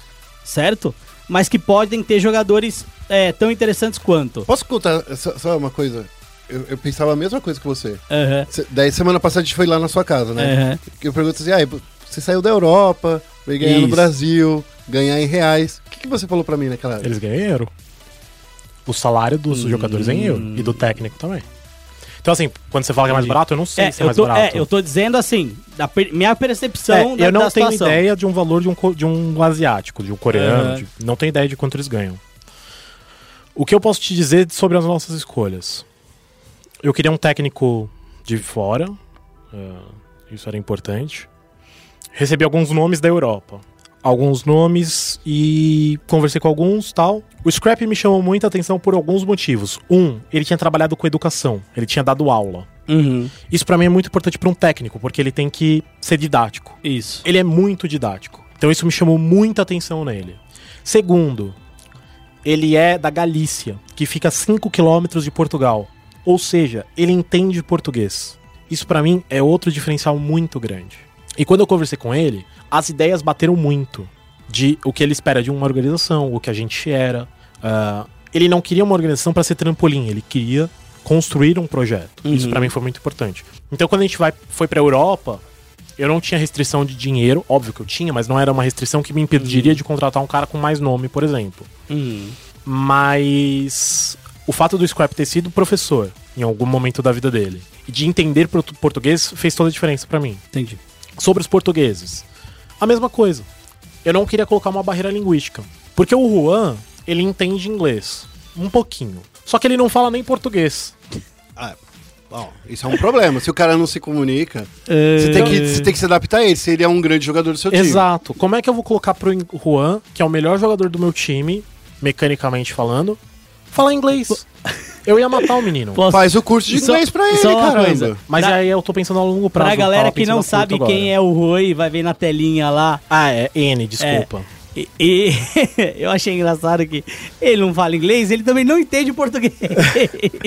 certo? Mas que podem ter jogadores é, tão interessantes quanto. Posso contar só, só uma coisa? Eu, eu pensava a mesma coisa que você. Aham. Se- Daí semana passada a gente foi lá na sua casa, né? Aham. Eu pergunto assim, ah, você saiu da Europa, veio ganhar no Isso. Brasil, ganhar em reais. O que, que você falou pra mim naquela época? Eles ganham em euro. O salário Hum. dos jogadores é em euro. E do técnico também. Então, assim, quando você fala que é mais Entendi. barato, eu não sei É, se é eu mais tô, barato. é, eu tô dizendo assim, da per- minha percepção É, da, eu não da tenho situação. ideia de um valor de um, co- de um asiático, de um coreano. Aham. de- não tenho ideia de quanto eles ganham. O que eu posso te dizer sobre as nossas escolhas? Eu queria um técnico de fora. ah, isso era importante. Recebi alguns nomes da Europa. Alguns nomes e conversei com alguns tal. O Scrap me chamou muita atenção por alguns motivos. Um, ele tinha trabalhado com educação. Ele tinha dado aula. Uhum, Isso pra mim é muito importante pra um técnico, porque ele tem que ser didático isso. ele é muito didático. Então isso me chamou muita atenção nele. Segundo, ele é da Galícia, que fica a 5 quilômetros de Portugal. Ou seja, ele entende português. Isso pra mim é outro diferencial muito grande. E quando eu conversei com ele, as ideias bateram muito de o que ele espera de uma organização, o que a gente era. Ah, ele não queria uma organização pra ser trampolim, ele queria construir um projeto. Isso pra mim foi muito importante. Então quando a gente vai, foi pra Europa, eu não tinha restrição de dinheiro, óbvio que eu tinha, mas não era uma restrição que me impediria de contratar um cara com mais nome, por exemplo Uhum. mas o fato do Scrap ter sido professor em algum momento da vida dele e de entender portu- português fez toda a diferença pra mim. Entendi. Sobre os portugueses, a mesma coisa. Eu não queria colocar uma barreira linguística, porque o Juan, ele entende inglês um pouquinho. Só que ele não fala nem português. Ah, bom, isso é um problema. Se o cara não se comunica, É. você, tem que, você tem que se adaptar a ele, se ele é um grande jogador do seu time. Exato. Como é que eu vou colocar pro in- Juan, que é o melhor jogador do meu time, mecanicamente falando, falar inglês? Eu ia matar o menino. Posso- Faz o curso de Só- inglês pra ele, só uma caramba. coisa. Mas Pra- aí eu tô pensando a longo prazo. Pra eu galera tava que não é pensando a curto sabe agora. quem é o Rui, vai ver na telinha lá. Ah, é N, desculpa. E, e eu achei engraçado que ele não fala inglês, ele também não entende português.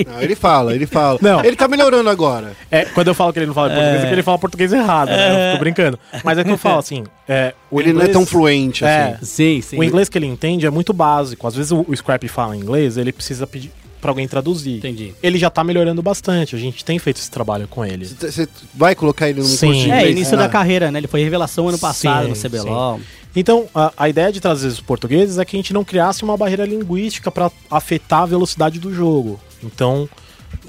Não, ele fala, ele fala. Não. Ele tá melhorando agora. É, quando eu falo que ele não fala português, é que ele fala português errado, né? Eu fico brincando. Mas é que eu falo assim. É, o Ele não é inglês- tão fluente É. assim. sim, sim. O inglês que ele entende é muito básico. Às vezes o, o Scrap fala em inglês, ele precisa pedir pra alguém traduzir. Entendi. Ele já tá melhorando bastante. A gente tem feito esse trabalho com ele. Você vai colocar ele no Sim. curso de É, inglês? início Ah. da carreira, né? Ele foi revelação ano passado Sim, no CBLOL. Então, a, a ideia de trazer os portugueses é que a gente não criasse uma barreira linguística pra afetar a velocidade do jogo. Então,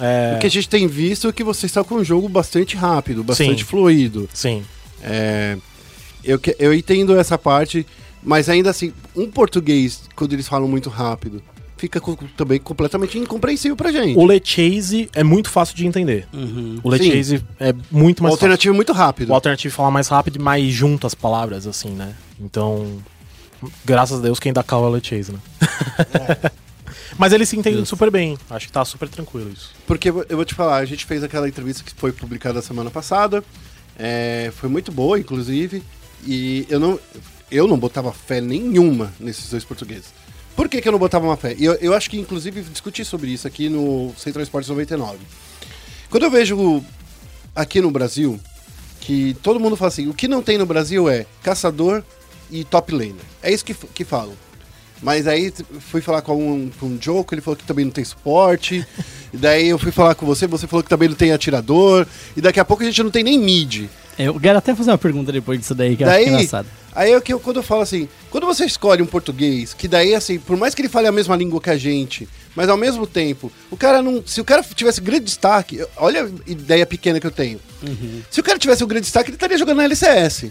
é, Porque a gente tem visto que você está com um jogo bastante rápido, bastante Sim. fluido. sim. É, eu, que- eu entendo essa parte, mas ainda assim, um português, quando eles falam muito rápido, fica co- também completamente incompreensível pra gente. O Lechase é muito fácil de entender. O Lechase é muito Uma mais fácil. alternativa muito rápido. O alternativo fala mais rápido e mais junto as palavras, assim, né? Então, graças a Deus quem dá call é o Chase, né? Mas eles se entendem super bem. Acho que tá super tranquilo isso. Porque eu vou te falar, a gente fez aquela entrevista que foi publicada semana passada. é, foi muito boa, inclusive. E eu não, eu não botava fé nenhuma nesses dois portugueses. Por que, que eu não botava uma fé? E Eu, eu acho que, inclusive, discuti sobre isso aqui no Central Esportes 99. Quando eu vejo aqui no Brasil, que todo mundo fala assim, o que não tem no Brasil é caçador e top laner. É isso que, f- que falam. Mas aí t- fui falar com um, com um Joko, ele falou que também não tem suporte. e daí eu fui falar com você, você falou que também não tem atirador. E daqui a pouco a gente não tem nem mid. Eu quero até fazer uma pergunta depois disso daí, que eu acho que é Daí, engraçado. aí é que eu, quando eu falo assim, quando você escolhe um português, que daí assim, por mais que ele fale a mesma língua que a gente, mas ao mesmo tempo, o cara não, se o cara tivesse grande destaque, eu- olha a ideia pequena que eu tenho. Uhum. Se o cara tivesse um grande destaque, ele estaria jogando na LCS.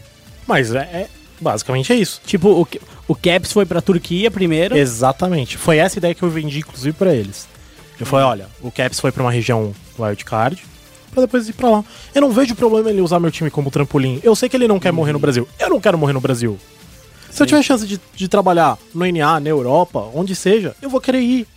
Mas é, é- basicamente é isso. Tipo, o, Ca- o Caps foi pra Turquia primeiro. Exatamente. Foi essa ideia que eu vendi, inclusive, pra eles. Eu falei, olha, o Caps foi pra uma região wildcard, pra depois ir pra lá. Eu não vejo problema ele usar meu time como trampolim. Eu sei que ele não quer morrer no Brasil. Eu não quero morrer no Brasil. Se eu tiver chance de, de trabalhar no NA, na Europa, onde seja, eu vou querer ir.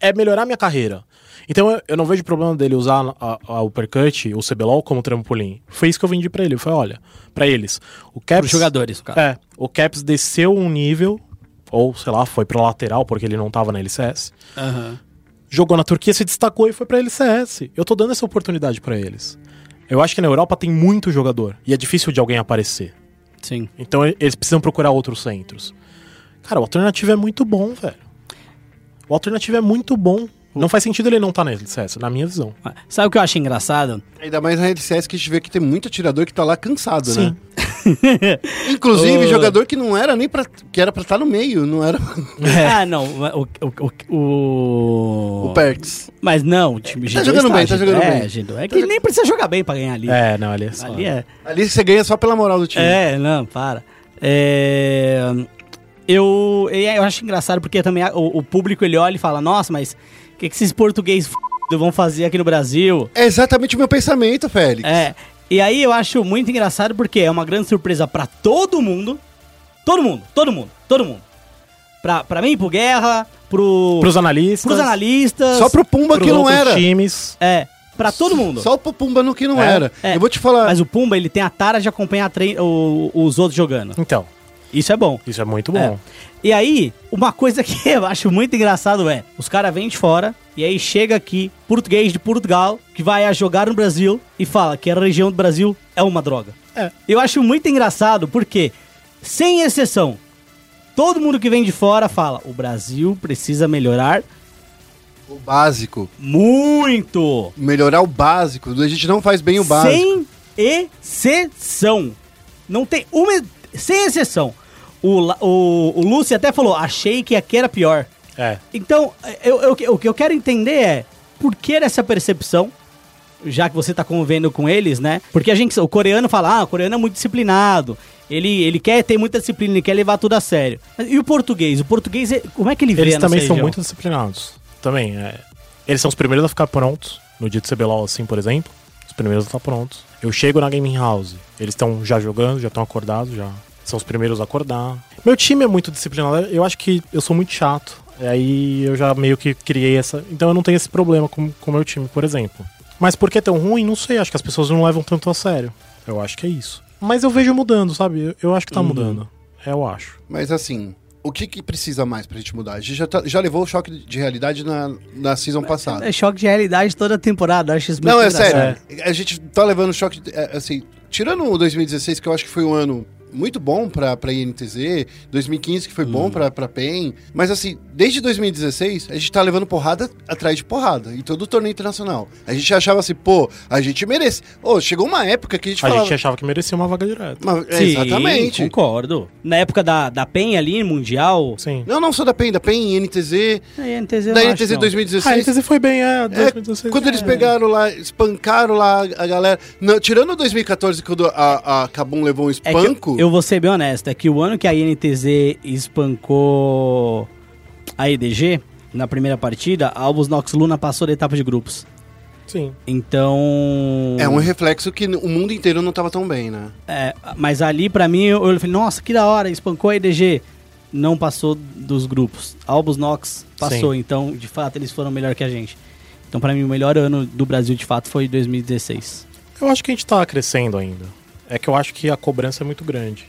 É melhorar minha carreira. Então eu, eu não vejo problema dele usar a, a Uppercut, o CBLOL como trampolim. Foi isso que eu vendi pra ele. Eu falei, olha, pra eles. O Caps, Pros jogadores, no caso. É, o Caps desceu um nível, ou sei lá, foi pra lateral porque ele não tava na LCS. Jogou na Turquia, se destacou e foi pra LCS. Eu tô dando essa oportunidade pra eles. Eu acho que na Europa tem muito jogador e é difícil de alguém aparecer. Sim. Então e- eles precisam procurar outros centros. Cara, o alternativo é muito bom, velho. O alternativo é muito bom. Não faz sentido ele não estar tá na LCS, na minha visão. Sabe o que eu acho engraçado? Ainda mais na LCS que a gente vê que tem muito atirador que tá lá cansado, né? Sim. Inclusive, Ô. jogador que não era nem pra. que era pra estar no meio, não era Ah, não. O, o, o, o- o Perks. Mas não, o time G2 jogando bem, tá G2, jogando é, bem. G2. É que nem precisa jogar bem pra ganhar ali. É, não, ali é só. Ali é. Ali você ganha só pela moral do time. É, não, para. É, eu, e aí eu acho engraçado porque também a- o, o público ele olha e fala: Nossa, mas o que, que esses portugueses f... vão fazer aqui no Brasil? É exatamente o meu pensamento, Félix. É. E aí eu acho muito engraçado porque é uma grande surpresa pra todo mundo. Todo mundo, todo mundo, todo mundo. Pra, pra mim, pro Guerra, pro, Pros analistas. pros analistas. Só pro Pumba pros que não outros era. times. É, pra todo mundo. Só pro Pumba no que não É, era. é. Eu vou te falar. Mas o Pumba, ele tem a tara de acompanhar tre- o- os outros jogando. Então, Isso é bom. isso é muito bom. E aí, uma coisa que eu acho muito engraçado é, os caras vêm de fora e aí chega aqui, português de Portugal, que vai a jogar no Brasil e fala que a região do Brasil é uma droga. É. Eu acho muito engraçado porque, sem exceção, todo mundo que vem de fora fala, o Brasil precisa melhorar O básico. muito. Melhorar o básico. A gente não faz bem o básico. Sem exceção. Não tem uma. Sem exceção. O, La- o, o Lúcio até falou, achei que aqui era pior. É. Então, eu, eu- o que eu quero entender é por que essa percepção, já que você tá convivendo com eles, né? Porque a gente, o coreano fala, ah, o coreano é muito disciplinado, ele, ele quer ter muita disciplina, ele quer levar tudo a sério. Mas E o português? O português, é- como é que ele vê Eles nessa também são região? muito disciplinados. Também, é. Eles são os primeiros a ficar prontos. No dia do CBLOL, assim, por exemplo. Os primeiros a estar prontos. Eu chego na Gaming House. Eles estão já jogando, já estão acordados, já. São os primeiros a acordar. Meu time é muito disciplinado. Eu acho que eu sou muito chato. E aí eu já meio que criei essa. Então eu não tenho esse problema com o meu time, por exemplo. Mas por que é tão ruim? Não sei. Acho que as pessoas não levam tanto a sério. Eu acho que é isso. Mas eu vejo mudando, sabe? Eu- Eu acho que tá mudando. eu acho. Mas assim, o que, que precisa mais pra gente mudar? A gente já, tá- já levou o choque de realidade na, na season passada. É choque de realidade toda a temporada, acho isso Não, é mentira, sério. A gente tá levando choque. de- é, Assim, tirando o 2016, que eu acho que foi um ano muito bom pra, pra INTZ, 2015, que foi bom pra, pra PEN. Mas assim, desde 2016, a gente tá levando porrada atrás de porrada em todo o torneio internacional. A gente achava assim, pô, a gente merece. Ô, chegou uma época que a gente A falava. gente achava que merecia uma vaga direta. Mas- é, Sim, exatamente. Concordo. Na época da, da PEN ali, mundial. Sim. Não, não sou da PEN, da PEN, NTZ, Da NTZ, eu da não NTZ acho, não. então 2016. Ah, a NTZ foi bem, é, É, 2016. quando eles é. pegaram lá, espancaram lá a galera. Não, tirando 2014, quando a, a Kabum levou um É que eu- espanco. eu, vou ser bem honesto, é que o ano que a INTZ espancou a EDG, na primeira partida, a Albus Nox Luna passou da etapa de grupos. Sim. Então... É um reflexo que o mundo inteiro não tava tão bem, né? É, mas ali, pra mim, eu, eu falei, nossa, que da hora, espancou a EDG. Não passou dos grupos. Albus Nox passou, então, de fato, eles foram melhor que a gente. Então, pra mim, o melhor ano do Brasil, de fato, foi 2016. Eu acho que a gente tá crescendo ainda. É que eu acho que a cobrança é muito grande.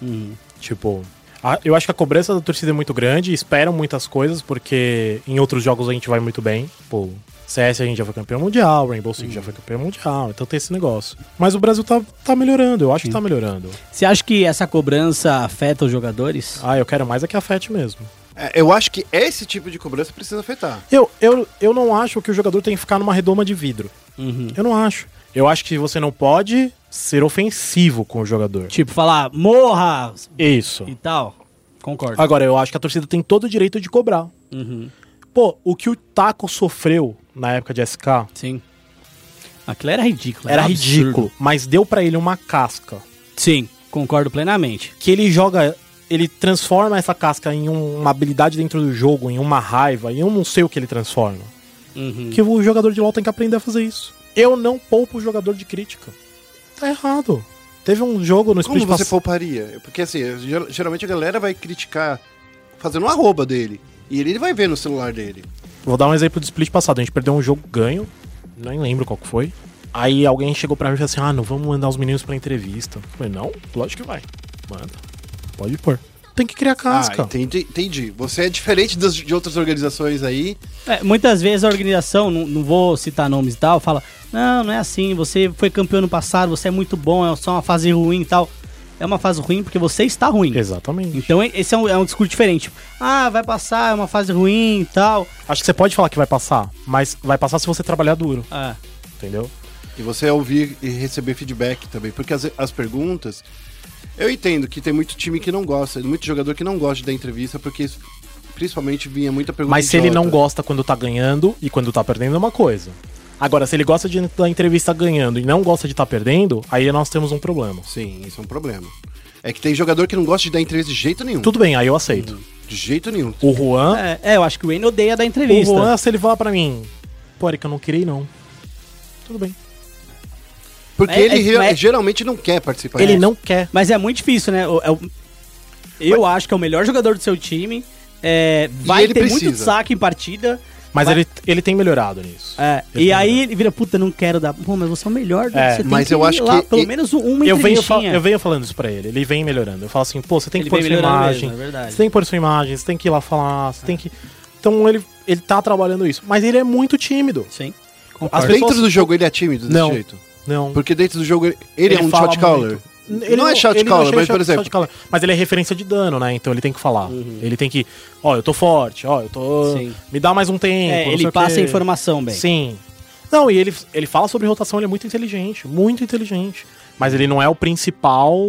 Uhum. Tipo, a- eu acho que a cobrança da torcida é muito grande, esperam muitas coisas, porque em outros jogos a gente vai muito bem. Tipo, CS a gente já foi campeão mundial, Rainbow Six Uhum. já foi campeão mundial, então tem esse negócio. Mas o Brasil tá, tá melhorando, eu acho que tá melhorando. Você acha que essa cobrança afeta os jogadores? Ah, eu quero mais é que afete mesmo. É, Eu acho que esse tipo de cobrança precisa afetar. Eu, eu, eu não acho que o jogador tem que ficar numa redoma de vidro. Uhum. Eu não acho. Eu acho que você não pode ser ofensivo com o jogador. Tipo, falar, morra! Isso. E tal. Concordo. Agora, eu acho que a torcida tem todo o direito de cobrar. Uhum. Pô, o que o Taco sofreu na época de SK Sim. Aquilo era ridículo. era É absurdo. ridículo, mas deu pra ele uma casca Sim, concordo plenamente. que ele joga, ele transforma essa casca em um- uma habilidade dentro do jogo, em uma raiva, em um não sei o que ele transforma. Uhum. Que o jogador de LoL tem que aprender a fazer isso. Eu não poupo o jogador de crítica. Tá errado. Teve um jogo no Como split você pass- pouparia? Porque assim, ger- geralmente a galera vai criticar fazendo um arroba dele. E ele vai ver no celular dele. Vou dar um exemplo do split passado. A gente perdeu um jogo ganho, nem lembro qual que foi. Aí alguém chegou pra mim e falou assim: Ah, não vamos mandar os meninos pra entrevista. Eu falei, não, lógico que vai. Manda. Pode pôr. Tem que criar casca. Ah, entendi, entendi. Você é diferente das, de outras organizações aí. É, muitas vezes a organização, não, não vou citar nomes e tal, fala: Não, não é assim, você foi campeão no passado, você é muito bom, é só uma fase ruim e tal. É uma fase ruim porque você está ruim. Exatamente. Então e- esse é um, é um discurso diferente. Tipo, ah, vai passar, é uma fase ruim e tal. Acho que você pode falar que vai passar, mas vai passar se você trabalhar duro, Ah, entendeu? E você ouvir e receber feedback também. Porque as, as perguntas. Eu entendo que tem muito time que não gosta, muito jogador que não gosta da entrevista, porque principalmente vinha muita pergunta. Mas se ele não idiota. gosta quando tá ganhando e quando tá perdendo é uma coisa. Agora, se ele gosta de da entrevista ganhando e não gosta de tá perdendo, aí nós temos um problema. Sim, isso é um problema. É que tem jogador que não gosta de dar entrevista de jeito nenhum. Tudo bem, aí eu aceito. De jeito nenhum. O Juan, é, é, eu acho que o Wayne odeia da o entrevista. Juan, se ele falar pra mim, pô, Eric, eu não queria ir, não. Tudo bem. Porque É, ele é, re- mas- geralmente não quer participar. Ele disso. não quer. Mas é muito difícil, né? O- é o- Eu acho que é o melhor jogador do seu time. é, vai ele ter muito precisa. saque em partida. Mas vai- ele, ele tem melhorado nisso. é, Ele e tem aí melhorado. ele vira, puta, não quero dar. Pô, mas você é o melhor do É, você tem mas que eu ir acho lá, que- pelo e- menos uma Eu venho, fa- entrevistinha. eu venho falando isso pra ele, ele vem melhorando. Eu falo assim, pô, você tem que Ele pôr vem sua melhorando imagem. mesmo, é verdade. É. Você tem que pôr sua imagem, você tem que ir lá falar, você tem que. Então ele, ele tá trabalhando isso. Mas ele é muito tímido. Sim. As Dentro pessoas- do jogo ele é tímido desse Não. jeito. Não. Porque dentro do jogo ele, ele é um fala shot caller. muito. N- Ele não, é shot ele não caller, chega mas por shot- exemplo. Uhum. shot caller. Mas ele é referência de dano, né? Então ele tem que falar. Ele tem que. Ó, eu tô forte, ó, eu tô. Sim. Me dá mais um tempo. É, não sei ele o passa a quê. informação bem. Sim. Não, e ele, ele fala sobre rotação, ele é muito inteligente, muito inteligente. Mas ele não é o principal,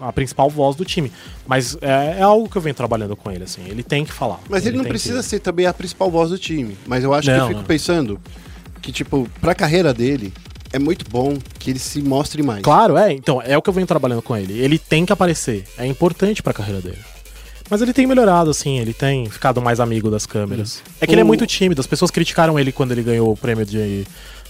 a principal voz do time. Mas é, é algo que eu venho trabalhando com ele, assim. Ele tem que falar. Mas ele, não tem precisa que... ser também a principal voz do time. Mas eu acho que eu Não, fico não. pensando que, tipo, pra carreira dele, é muito bom que ele se mostre mais. Claro, é. Então, é o que eu venho trabalhando com ele. Ele tem que aparecer. É importante pra carreira dele. Mas ele tem melhorado, assim. Ele tem ficado mais amigo das câmeras. É que ele é O- muito tímido. As pessoas criticaram ele quando ele ganhou o prêmio de-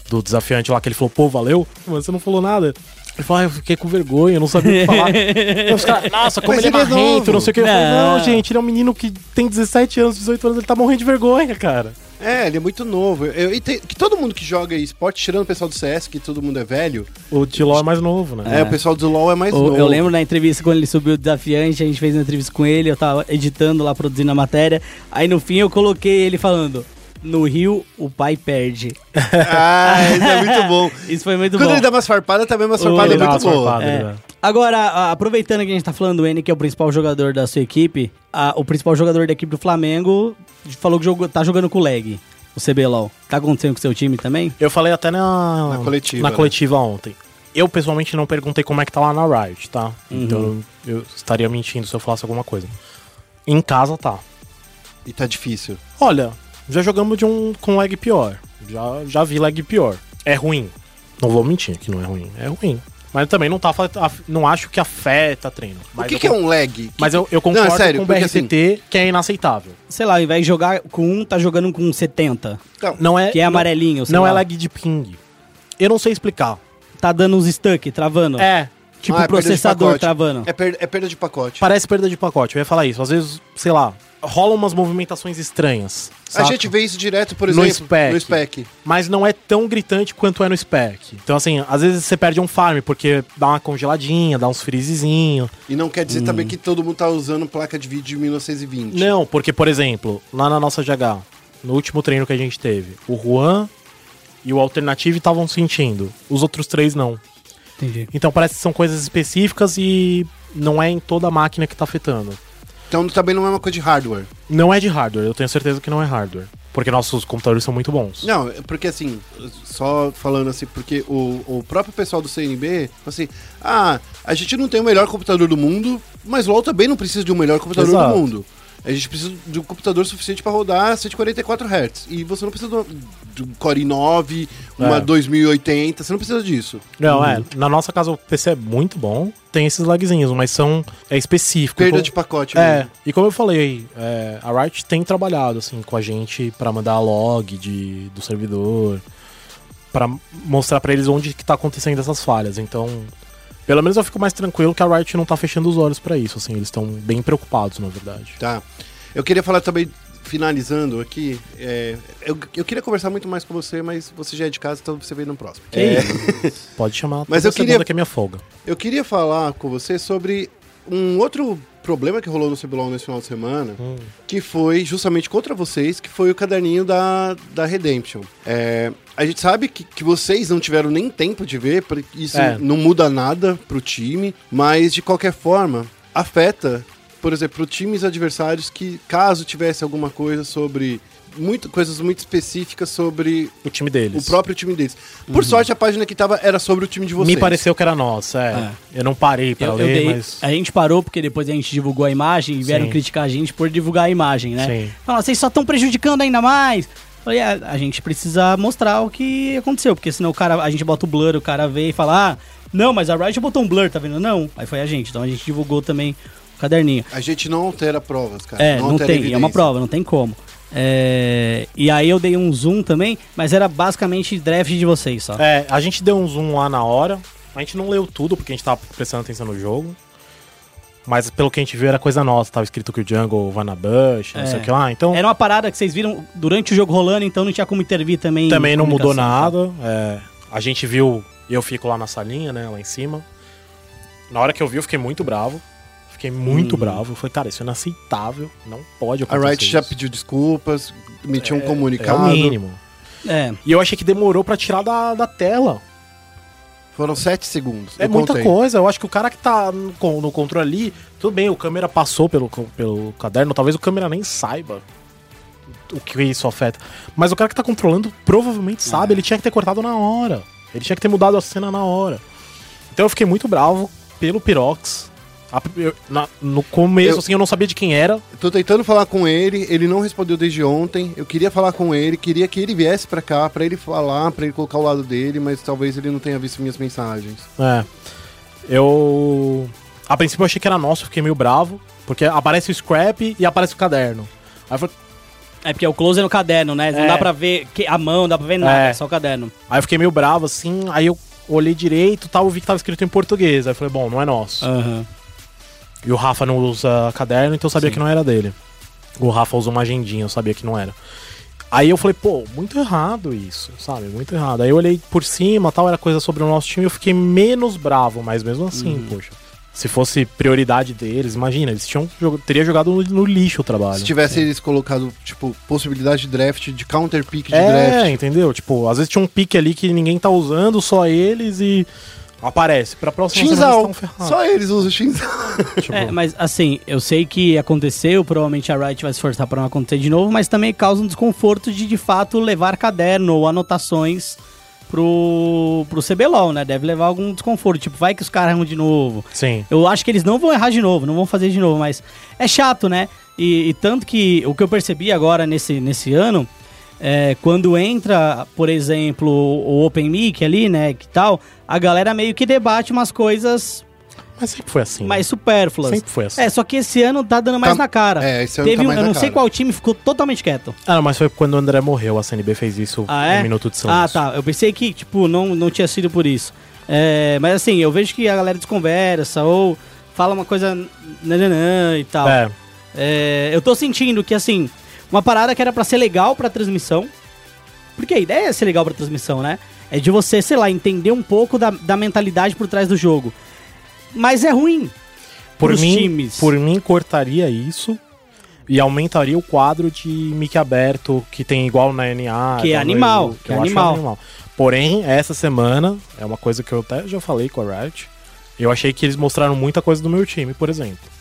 do desafiante lá, que ele falou, pô, valeu. Mas você não falou nada. Ele falou, ah, eu fiquei com vergonha, eu não sabia o que falar. Aí os caras, nossa, como Mas ele é ele é marrento, novo. não sei o que. Eu falei, Não. não, gente, ele é um menino que tem 17 anos, 18 anos, ele tá morrendo de vergonha, cara. É, ele é muito novo. Eu, e tem- que todo mundo que joga esporte, tirando o pessoal do CS, que todo mundo é velho, O Tiló é mais novo, né? é. o pessoal do LoL é mais Eu, novo. eu lembro na entrevista quando ele subiu o desafiante, a gente fez uma entrevista com ele, eu tava editando lá, produzindo a matéria. Aí no fim eu coloquei ele falando: No Rio, o pai perde. Ah, isso é muito bom. Isso foi muito Quando bom. ele dá umas farpadas, também umas farpadas Ele dá muito umas boa. farpadas. É. né? Agora, a- aproveitando que a gente tá falando do N, que é o principal jogador da sua equipe, a- o principal jogador da equipe do Flamengo falou que jogou- tá jogando com o lag, o CBLOL. Tá acontecendo com o seu time também? Eu falei até na, Na coletiva, na né? coletiva ontem. Eu, pessoalmente, não perguntei como é que tá lá na Riot, tá? Uhum. Então eu estaria mentindo se eu falasse alguma coisa. Em casa tá. E tá difícil. Olha, já jogamos de um com lag pior. Já, já vi lag pior. É ruim. Não vou mentir que não é ruim. É ruim. Mas também não, tá, afet- af- não acho que afeta treino. Mas o que, eu que é con- um lag? Mas eu, eu Não, é concordo sério, com o porque assim- BRTT que é inaceitável. Sei lá, ao invés de jogar com um, tá jogando com 70. Então, Não é, Que é não- amarelinho, sei Não, é lá. lag de ping. Eu não sei explicar. Tá dando uns stuck, travando. É, Tipo ah, é perda de processador pacote. tá, travando. É, per- é perda de pacote. parece perda de pacote. Eu ia falar isso. Às vezes, sei lá, rolam umas movimentações estranhas. A saca? gente vê isso direto, por No exemplo, spec. no spec. Mas não é tão gritante quanto é no spec. Então, assim, às vezes você perde um farm porque dá uma congeladinha, dá uns freezezinho. E não quer dizer também que todo mundo tá usando placa de vídeo de 1920. Hum. Não, porque, por exemplo, lá na nossa GH, no último treino que a gente teve, o Juan e o Alternative estavam sentindo. Os outros três não. Entendi. Então parece que são coisas específicas e não é em toda a máquina que tá afetando. Então também não é uma coisa de hardware. Não é de hardware, eu tenho certeza que não é hardware. Porque nossos computadores são muito bons. Não, é porque assim, só falando assim, porque o, o próprio pessoal do CNB, fala assim, ah, a gente não tem o melhor computador do mundo, mas o LoL também não precisa de um melhor computador Exato. do mundo. A gente precisa de um computador suficiente para rodar 144 Hz. E você não precisa de um- de um Core 9, uma É. 2080, você não precisa disso. Não, é. Na nossa casa o PC é muito bom, tem esses lagzinhos, mas são é específico. Perda Como- de pacote. É, mesmo. e como eu falei, é, a Riot tem trabalhado assim com a gente pra mandar log de, do servidor, pra mostrar pra eles onde que tá acontecendo essas falhas. Então, pelo menos eu fico mais tranquilo que a Riot não tá fechando os olhos pra isso, assim, eles estão bem preocupados, na verdade. Tá. Eu queria falar também, finalizando aqui, é, eu, eu queria conversar muito mais com você, mas você já é de casa, então você vem no próximo. Que isso? É. Pode chamar. Mas toda eu queria- segunda que é minha folga. Eu queria falar com você sobre um outro problema que rolou no CBLOL nesse final de semana, Hum. que foi justamente contra vocês, que foi o caderninho da, da Redemption. É, a gente sabe que, que vocês não tiveram nem tempo de ver, porque isso É. não muda nada pro time, mas de qualquer forma, afeta, por exemplo, times adversários que, caso tivesse alguma coisa sobre. Muito, coisas muito específicas sobre O time deles. o próprio time deles. Por sorte, a página que tava era sobre o time de vocês. Uhum. Me pareceu que era nossa, é. Eu não parei pra Eu- eu ler, dei- é. mas. A gente parou porque depois a gente divulgou a imagem e vieram Sim. criticar a gente por divulgar a imagem, né? Sim. Falaram, vocês só estão prejudicando ainda mais. Falei, "É, a gente precisa mostrar o que aconteceu, porque senão o cara, a gente bota o blur, o cara vê e fala, ah, não, mas a Riot botou um blur, tá vendo? Não. Aí foi a gente, então a gente divulgou também o caderninho. A gente não altera provas, cara. É, não altera tem, é uma evidência. prova, não tem como. É, e aí eu dei um zoom também, mas era basicamente draft de vocês só. É, a gente deu um zoom lá na hora. A gente não leu tudo porque a gente tava prestando atenção no jogo. Mas pelo que a gente viu era coisa nossa. Tava escrito que o Jungle vai na Bush, É. não sei o que lá. Então Era uma parada que vocês viram durante o jogo rolando, então não tinha como intervir também. em também não mudou comunicação, tá? nada. É, a gente viu, eu fico lá na salinha, né, lá em cima. Na hora que eu vi, eu fiquei muito bravo. Fiquei Hum. muito bravo. Eu falei, cara, isso é inaceitável. Não A pode acontecer. Riot já isso. pediu desculpas, emitiu um É o comunicado. mínimo. É. E eu achei que demorou pra tirar da, da tela. Foram sete segundos. É eu muita contei. coisa. Eu acho que o cara que tá no, con- no controle ali, tudo bem, o câmera passou pelo, co- pelo caderno, talvez o câmera nem saiba o que isso afeta. Mas o cara que tá controlando provavelmente Uhum. sabe, ele tinha que ter cortado na hora. Ele tinha que ter mudado a cena na hora. Então eu fiquei muito bravo pelo Pirox. A pri- eu- na- no começo, Eu- assim, eu não sabia de quem era. Tô tentando falar com ele, ele não respondeu desde ontem. Eu queria falar com ele, queria que ele viesse pra cá, pra ele falar, pra ele colocar o lado dele, mas talvez ele não tenha visto minhas mensagens. É. Eu. A princípio eu achei que era nosso, eu fiquei meio bravo. Porque aparece o scrap e aparece o caderno. Aí eu falei, É porque o close é no caderno, né? Não É. dá pra ver que- a mão, não dá pra ver nada, É. é só o caderno. Aí eu fiquei meio bravo, assim, aí eu olhei direito e tal, eu vi que tava escrito em português. Aí eu falei, bom, não é Ah. nosso. E o Rafa não usa caderno, então eu sabia que não era dele. O Rafa usa uma agendinha, eu sabia que não era. Aí eu falei, pô, muito errado isso, sabe? Muito errado. Aí eu olhei por cima, tal, era coisa sobre o nosso time, eu fiquei menos bravo, mas mesmo assim, poxa. Se fosse prioridade deles, imagina, eles tinham jog- teria jogado no, no lixo o trabalho. Se tivesse eles colocado, tipo, possibilidade de draft, de counter pick de é, draft. entendeu? Tipo, às vezes tinha um pique ali que ninguém tá usando, só eles e aparece. Pra próxima semana Shinzal. eles tão ferrados. Só eles usam Shinzal. Tipo, É, mas assim, eu sei que aconteceu, provavelmente a Riot vai se forçar pra não acontecer de novo, mas também causa um desconforto de de fato levar caderno ou anotações pro, pro CBLOL, né? Deve levar algum desconforto, tipo, vai que os caras erram de novo. Sim. Eu acho que eles não vão errar de novo, não vão fazer de novo, mas é chato, né? E, e tanto que o que eu percebi agora nesse, nesse ano, é, quando entra, por exemplo, o Open Mic ali, né, que tal, a galera meio que debate umas coisas Mas sempre foi assim. mais supérfluas. Sempre foi assim. É, só que esse ano tá dando mais Tá- na cara. É, esse ano Teve tá um, mais eu na não sei cara. Um qual time ficou totalmente quieto. Ah, não, mas foi quando o André morreu, a CNB fez isso Ah, um é? minuto de ah, silêncio. tá. Eu pensei que, tipo, não, não tinha sido por isso. É, mas assim, eu vejo que a galera desconversa ou fala uma coisa nananã e tal. É, É, eu tô sentindo que, assim, uma parada que era pra ser legal pra transmissão. Porque a ideia é ser legal pra transmissão, né? É de você, sei lá, entender um pouco da, da mentalidade por trás do jogo. Mas é ruim. por Pros mim, times. por mim cortaria isso e aumentaria o quadro de mic aberto que tem igual na NA, Que é igual no animal, EU, que é eu acho animal. Porém, essa semana é uma coisa que eu até já falei com a Riot. Eu achei que eles mostraram muita coisa do meu time, por exemplo.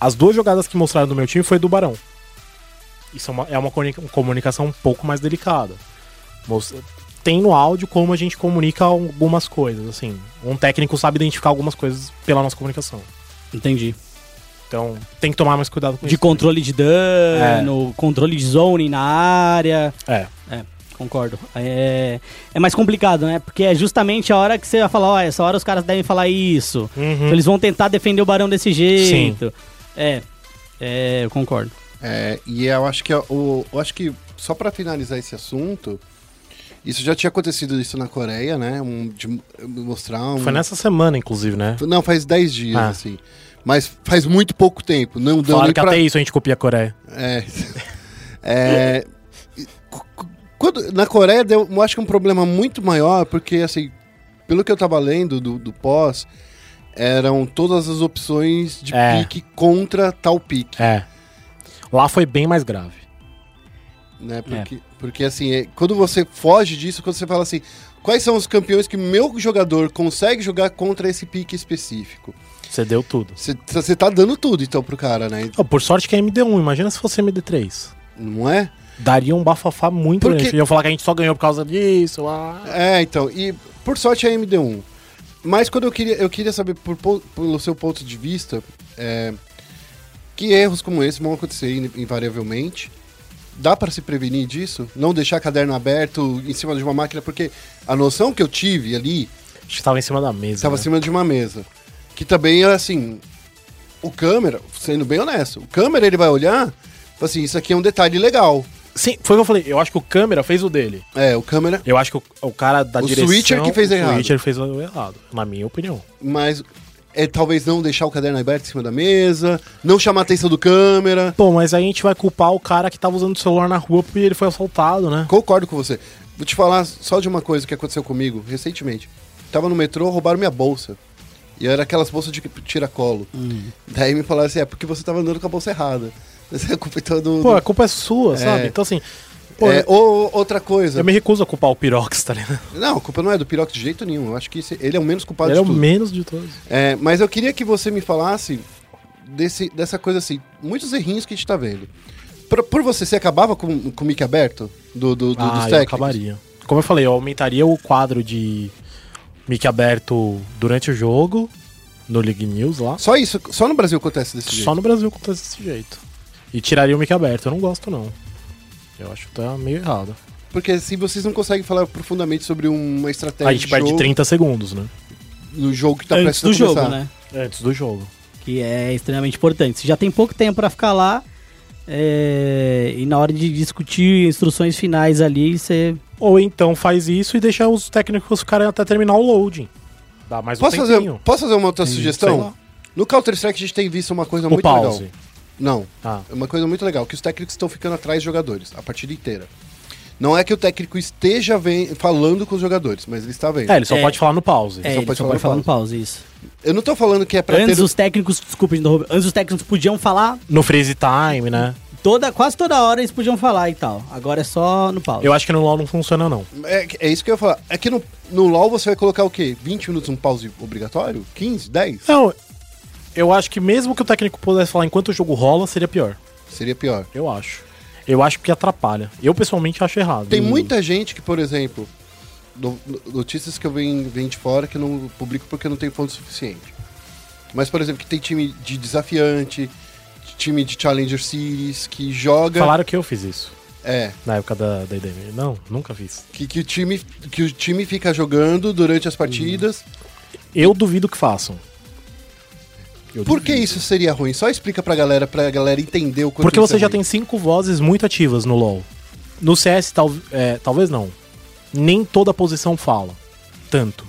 As duas jogadas que mostraram do meu time foi do Barão. Isso é uma, é uma comunica- comunicação um pouco mais delicada. Mos- Tem no áudio como a gente comunica algumas coisas, assim. Um técnico sabe identificar algumas coisas pela nossa comunicação. Entendi. Então tem que tomar mais cuidado com De isso. controle de dano, controle de zone na área. É. É, concordo. É, é mais complicado, né? Porque é justamente a hora que você vai falar, ó, essa hora os caras devem falar isso. Hum. Então eles vão tentar defender o barão desse jeito. É, é, eu concordo. É, e eu acho que o, eu acho que só para finalizar esse assunto, isso já tinha acontecido isso na Coreia, né? Um, de mostrar um. Uhum. Foi nessa semana, inclusive, né? Não, faz 10 dias, Ah. assim. Mas faz muito pouco tempo. Não deu Falaram nem que pra... até isso a gente copia a Coreia. É. É, e cu- cu- quando- na Coreia, deu, eu acho que um problema muito maior, porque, assim, pelo que eu tava lendo do, do pós, eram todas as opções de É. pique contra tal pique, É. Lá foi bem mais grave. né? Porque, porque assim, é- quando você foge disso, quando você fala assim, quais são os campeões que meu jogador consegue jogar contra esse pique específico? Você deu tudo. Você- Você tá dando tudo, então, pro cara, né? Ó, por sorte que é MD1, imagina se fosse MD3. Não é? Daria um bafafá muito Porque- grande. Iam falar que a gente só ganhou por causa disso. Ah. É, então, e por sorte é MD1. Mas quando eu queria, eu queria saber, por po- pelo seu ponto de vista, é, que erros como esse vão acontecer in- invariavelmente? Dá pra se prevenir disso? Não deixar caderno aberto em cima de uma máquina? Porque a noção que eu tive ali Acho que tava em cima da mesa. estava né? acima de uma mesa. Que também é assim, o câmera, sendo bem honesto, o câmera ele vai olhar, fala assim, isso aqui é um detalhe legal. Sim, foi o que eu falei. Eu acho que o câmera fez o dele. É, o câmera Eu acho que o, o cara da O direção... switcher que fez o errado. switcher fez o errado, na minha opinião. mas é talvez não deixar o caderno aberto em cima da mesa, não chamar a atenção do câmera. Pô, mas aí a gente vai culpar o cara que tava usando o celular na rua porque ele foi assaltado, né? Concordo com você. Vou te falar só de uma coisa que aconteceu comigo recentemente. Tava no metrô, roubaram minha bolsa. E era aquelas bolsas de tiracolo. Hum. Daí me falaram assim: é porque você tava andando com a bolsa errada. Essa é a culpa então do. Pô, do- a culpa é sua, sabe? Então assim, pô, é É, ou outra coisa. eu me recuso a culpar o Pirox, tá ligado? Não, a culpa não é do Pirox de jeito nenhum. Eu acho que esse- ele é o menos culpado Ele é de o tudo. menos de todos. É, mas eu queria que você me falasse desse, dessa coisa assim, muitos errinhos que a gente tá vendo. Por, por você, você acabava com, com o mic aberto do, do, do, dos Ah, eu técnicos? acabaria. Como eu falei, eu aumentaria o quadro de mic aberto durante o jogo, no League News lá. Só isso, só no Brasil acontece desse jeito. Só no Brasil acontece desse jeito. E tiraria o mic aberto, eu não gosto não. Eu acho que tá meio errado. Porque se vocês não conseem falar profundamente sobre uma estratégia a gente de perde jogo, 30 segundos, né? no jogo que tá Antes do prestes a jogo, começar. né? Antes do jogo. Que é extremamente importante. Você já tem pouco tempo pra ficar lá é, e na hora de discutir instruções finais ali, você... Ou então faz isso e deixa os técnicos ficarem até terminar o loading. Dá mais um Posso, fazer, tempinho. posso fazer uma outra sei sugestão? lá. No Counter-Strike a gente tem visto uma coisa O muito pause. legal. Não. Ah. É uma coisa muito legal, que os técnicos estão ficando atrás dos jogadores, a partida inteira. Não é que o técnico esteja ven- falando com os jogadores, mas ele está vendo. É, ele só É. pode falar no pause. É, só ele pode só falar pode no falar no pause, isso. Eu não tô falando que é pra Antes ter... os técnicos, desculpa, interromper, antes os técnicos podiam falar No freeze time, né? toda, quase toda hora eles podiam falar e tal. Agora é só no pause. Eu acho que no LoL não funciona, não. É, é isso que eu ia falar. É que no, no LoL você vai colocar o quê? 20 minutos um pause obrigatório? 15? 10? Não, eu acho que mesmo que o técnico pudesse falar enquanto o jogo rola, seria pior. Seria pior. Eu acho. Eu acho que atrapalha. Eu pessoalmente acho errado. Tem muita gente que, por exemplo, no- no- notícias que eu venho, venho de fora que eu não publico porque eu não tenho fonte suficiente. Mas, por exemplo, que tem time de desafiante, time de Challenger Series, que joga. Falaram que eu fiz isso É. na época da, da IDM. Não, nunca fiz. Que, que, o time, que o time fica jogando durante as partidas. Uhum. Eu duvido que façam. Eu Por que duvido. isso seria ruim? Só explica pra galera, pra galera entender o quanto Porque isso você é já ruim. tem cinco vozes muito ativas no LoL. No CS, tal, é, talvez não. Nem toda posição fala. Tanto.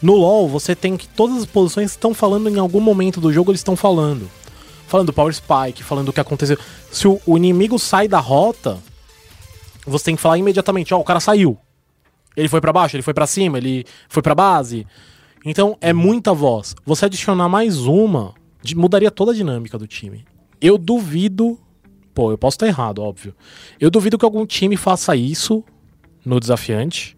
No LoL, você tem que todas as posições estão falando em algum momento do jogo, eles estão falando. Falando do Power Spike, falando o que aconteceu. Se o, o inimigo sai da rota, você tem que falar imediatamente, ó, o cara saiu. Ele foi pra baixo, ele foi pra cima, ele foi pra base. Então é muita voz. Você adicionar mais uma de- mudaria toda a dinâmica do time. Eu duvido. Pô, eu posso estar errado, óbvio. Eu duvido que algum time faça isso no desafiante,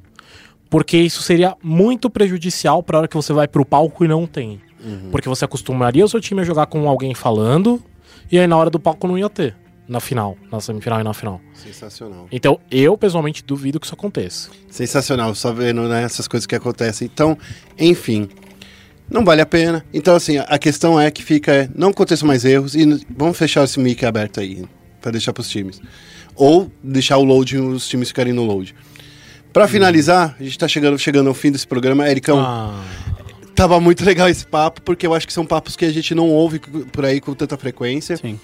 porque isso seria muito prejudicial pra hora que você vai pro palco e não tem. Porque você acostumaria o seu time a jogar com alguém falando, e aí na hora do palco não ia ter. Na final, na semifinal e na final. Sensacional. Então, eu pessoalmente duvido que isso aconteça. Sensacional, só vendo né, essas coisas que acontecem. Então, enfim, não vale a pena. Então, assim, a questão é que fica, é, não aconteçam mais erros e n- vamos fechar esse mic aberto aí, pra deixar pros times. Ou deixar o load, os times ficarem no load. Uhum. Pra finalizar, a gente tá chegando, chegando ao fim desse programa. Ericão, Ah, tava muito legal esse papo, porque eu acho que são papos que a gente não ouve c- por aí com tanta frequência. Sim.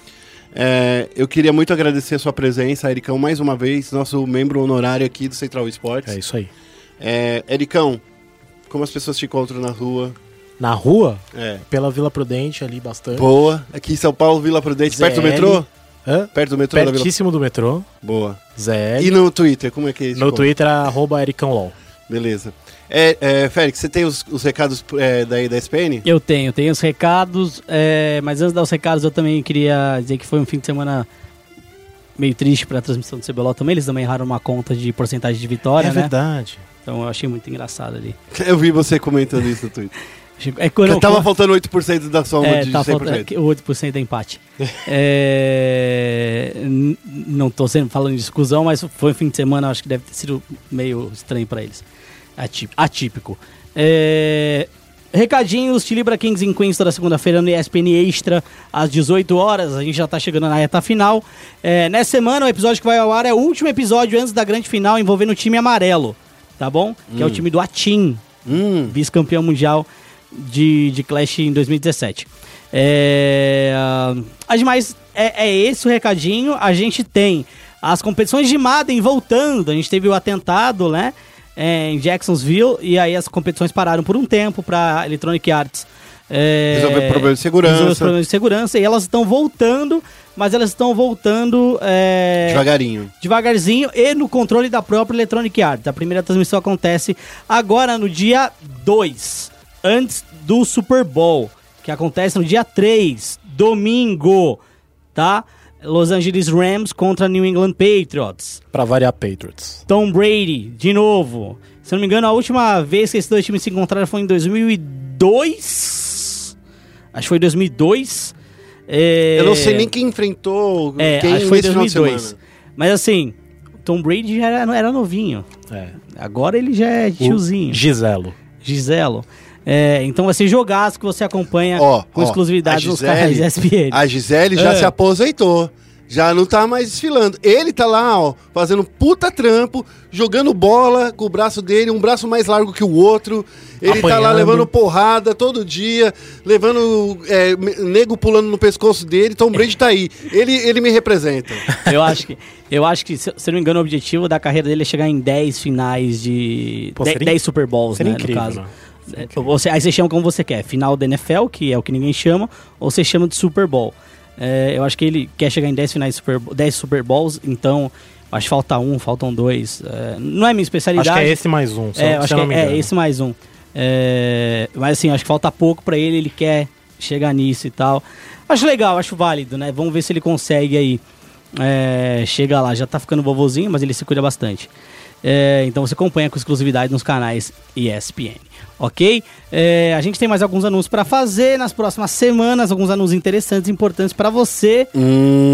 É, eu queria muito agradecer a sua presença, Ericão, mais uma vez, nosso membro honorário aqui do Central Esportes. é isso aí. É, Ericão, como as pessoas te encontram na rua? Na rua, É. pela Vila Prudente ali bastante. Boa. Aqui em São Paulo, Vila Prudente, perto do ZL. metrô? Hã? Perto do metrô da Vila Pertíssimo do metrô. Boa. Zé. E no Twitter, como é que é isso? No Twitter, arroba ericãolol. Beleza. É, é, Félix, você tem os, os recados é, daí da SPN? Eu tenho, tenho os recados, é, mas antes de dar os recados eu também queria dizer que foi um fim de semana meio triste para a transmissão do CBLOL também. Eles também erraram uma conta de porcentagem de vitória, né? verdade. Então eu achei muito engraçado ali. Eu vi você comentando isso no Twitter. Achei- É, quando, tava faltando 8% da soma é, de tá 100%. faltando é, que o 8% é empate. É, n- não tô sempre falando de exclusão, mas foi um fim de semana, acho que deve ter sido meio estranho para eles. Atí- Atípico. É, recadinhos, te libra Kings em Queens toda segunda-feira no ESPN Extra, às 18 horas. A gente já tá chegando na reta final. É, nessa semana, o episódio que vai ao ar é o último episódio antes da grande final envolvendo o time amarelo, tá bom? Que é o time do Atim Hum, vice-campeão mundial de, de Clash em 2017. É, as demais, é, é esse o recadinho. A gente tem as competições de Madden voltando. A gente teve o atentado, né? é, em Jacksonville. E aí as competições pararam por um tempo para Electronic Arts. é, Resolver problema de segurança. resolver os problemas de segurança. E elas estão voltando, mas elas estão voltando. é, Devagarinho. devagarzinho e no controle da própria Electronic Arts. A primeira transmissão acontece agora no dia 2, antes do Super Bowl, que acontece no dia 3, domingo, tá? Los Angeles Rams contra New England Patriots. Pra variar Patriots. Tom Brady, de novo. Se eu não me engano, a última vez que esses dois times se encontraram foi em 2002. Acho que foi 2002. É... Eu não sei nem quem enfrentou É, quem acho que foi em nesse final de 2002. semana. Mas assim, Tom Brady já era, era novinho. É. Agora ele já é tiozinho. Giselo. Giselo. É, então vai ser jogaço que você acompanha Ó, com ó, exclusividade a nos canais Gisele- ESPN. A Gisele já É. se aposentou. Já não tá mais desfilando. Ele tá lá, ó, fazendo puta trampo, jogando bola com o braço dele, um braço mais largo que o outro. Ele tá lá Apanhando. levando porrada todo dia, levando é, me- nego pulando no pescoço dele. Tom Brady tá aí. Ele, ele me representa. Eu acho que, eu acho que se, se eu não me engano, o objetivo da carreira dele é chegar em 10 finais de. Pô, de- seria 10 Super Bowls, Seria né, incrível, no caso. né? É, você- aí você chama como você quer, final da NFL, que é o que ninguém chama, ou você chama de Super Bowl. É, eu acho que ele quer chegar em 10 finais Super, Bo- 10 Super Bowls, então acho que falta um, faltam dois. É, não é minha especialidade. Acho que é esse mais um, se, É, eu eu- se acho eu que não me é, é engano. esse mais um. É, mas assim, acho que falta pouco pra ele, ele quer chegar nisso e tal. Acho legal, acho válido, né? Vamos ver se ele consegue aí é, chegar lá. Já tá ficando vovozinho, mas ele se cuida bastante. É, então você acompanha com exclusividade nos canais ESPN, ok? É, a gente tem mais alguns anúncios pra fazer nas próximas semanas, alguns anúncios interessantes e importantes pra você.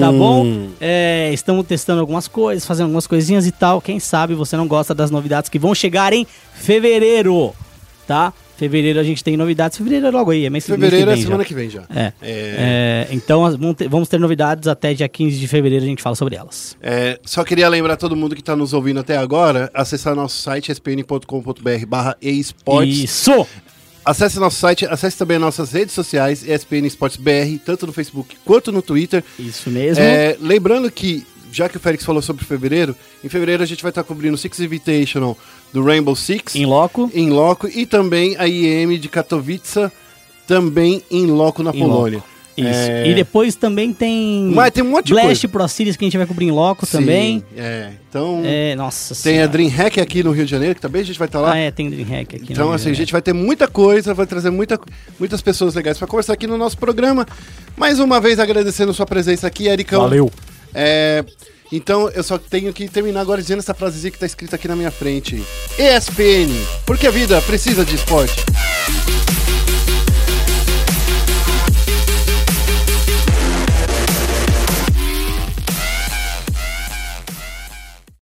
Tá Hum. bom? É, estamos testando algumas coisas, fazendo algumas coisinhas e tal. Quem sabe você não gosta das novidades que vão chegar em fevereiro, tá? Fevereiro a gente tem novidades. Fevereiro é logo aí, é mês Fevereiro é mês que vem já. semana que vem já. É. É, É, então as- vamos ter, vamos ter novidades até dia 15 de fevereiro, a gente fala sobre elas. é, só queria lembrar todo mundo que está nos ouvindo até agora, acessar nosso site espn.com.br barra esportes. Isso! Acesse nosso site, acesse também nossas redes sociais, ESPN Esportes BR, tanto no Facebook quanto no Twitter. Isso mesmo. É, lembrando que, já que o Félix falou sobre fevereiro, em fevereiro a gente vai estar cobrindo o Six Invitational do Rainbow Six. Em loco. em loco e também a IEM de Katowice, também em loco na Em Polônia. loco. Isso. É, E depois também tem. Mas tem um monte de Blast Pro Series que a gente vai cobrir em loco sim, também. É, então É, nossa tem a senhora. DreamHack aqui no Rio de Janeiro, que também a gente vai estar lá. Ah, é, tem Dreamhack aqui. Então, né? assim, a gente vai ter muita coisa, vai trazer muita, muitas pessoas legais para conversar aqui no nosso programa. Mais uma vez agradecendo sua presença aqui, Ericão. Valeu. É, então, eu só tenho que terminar agora dizendo essa frasezinha que tá escrita aqui na minha frente: ESPN, porque a vida precisa de esporte.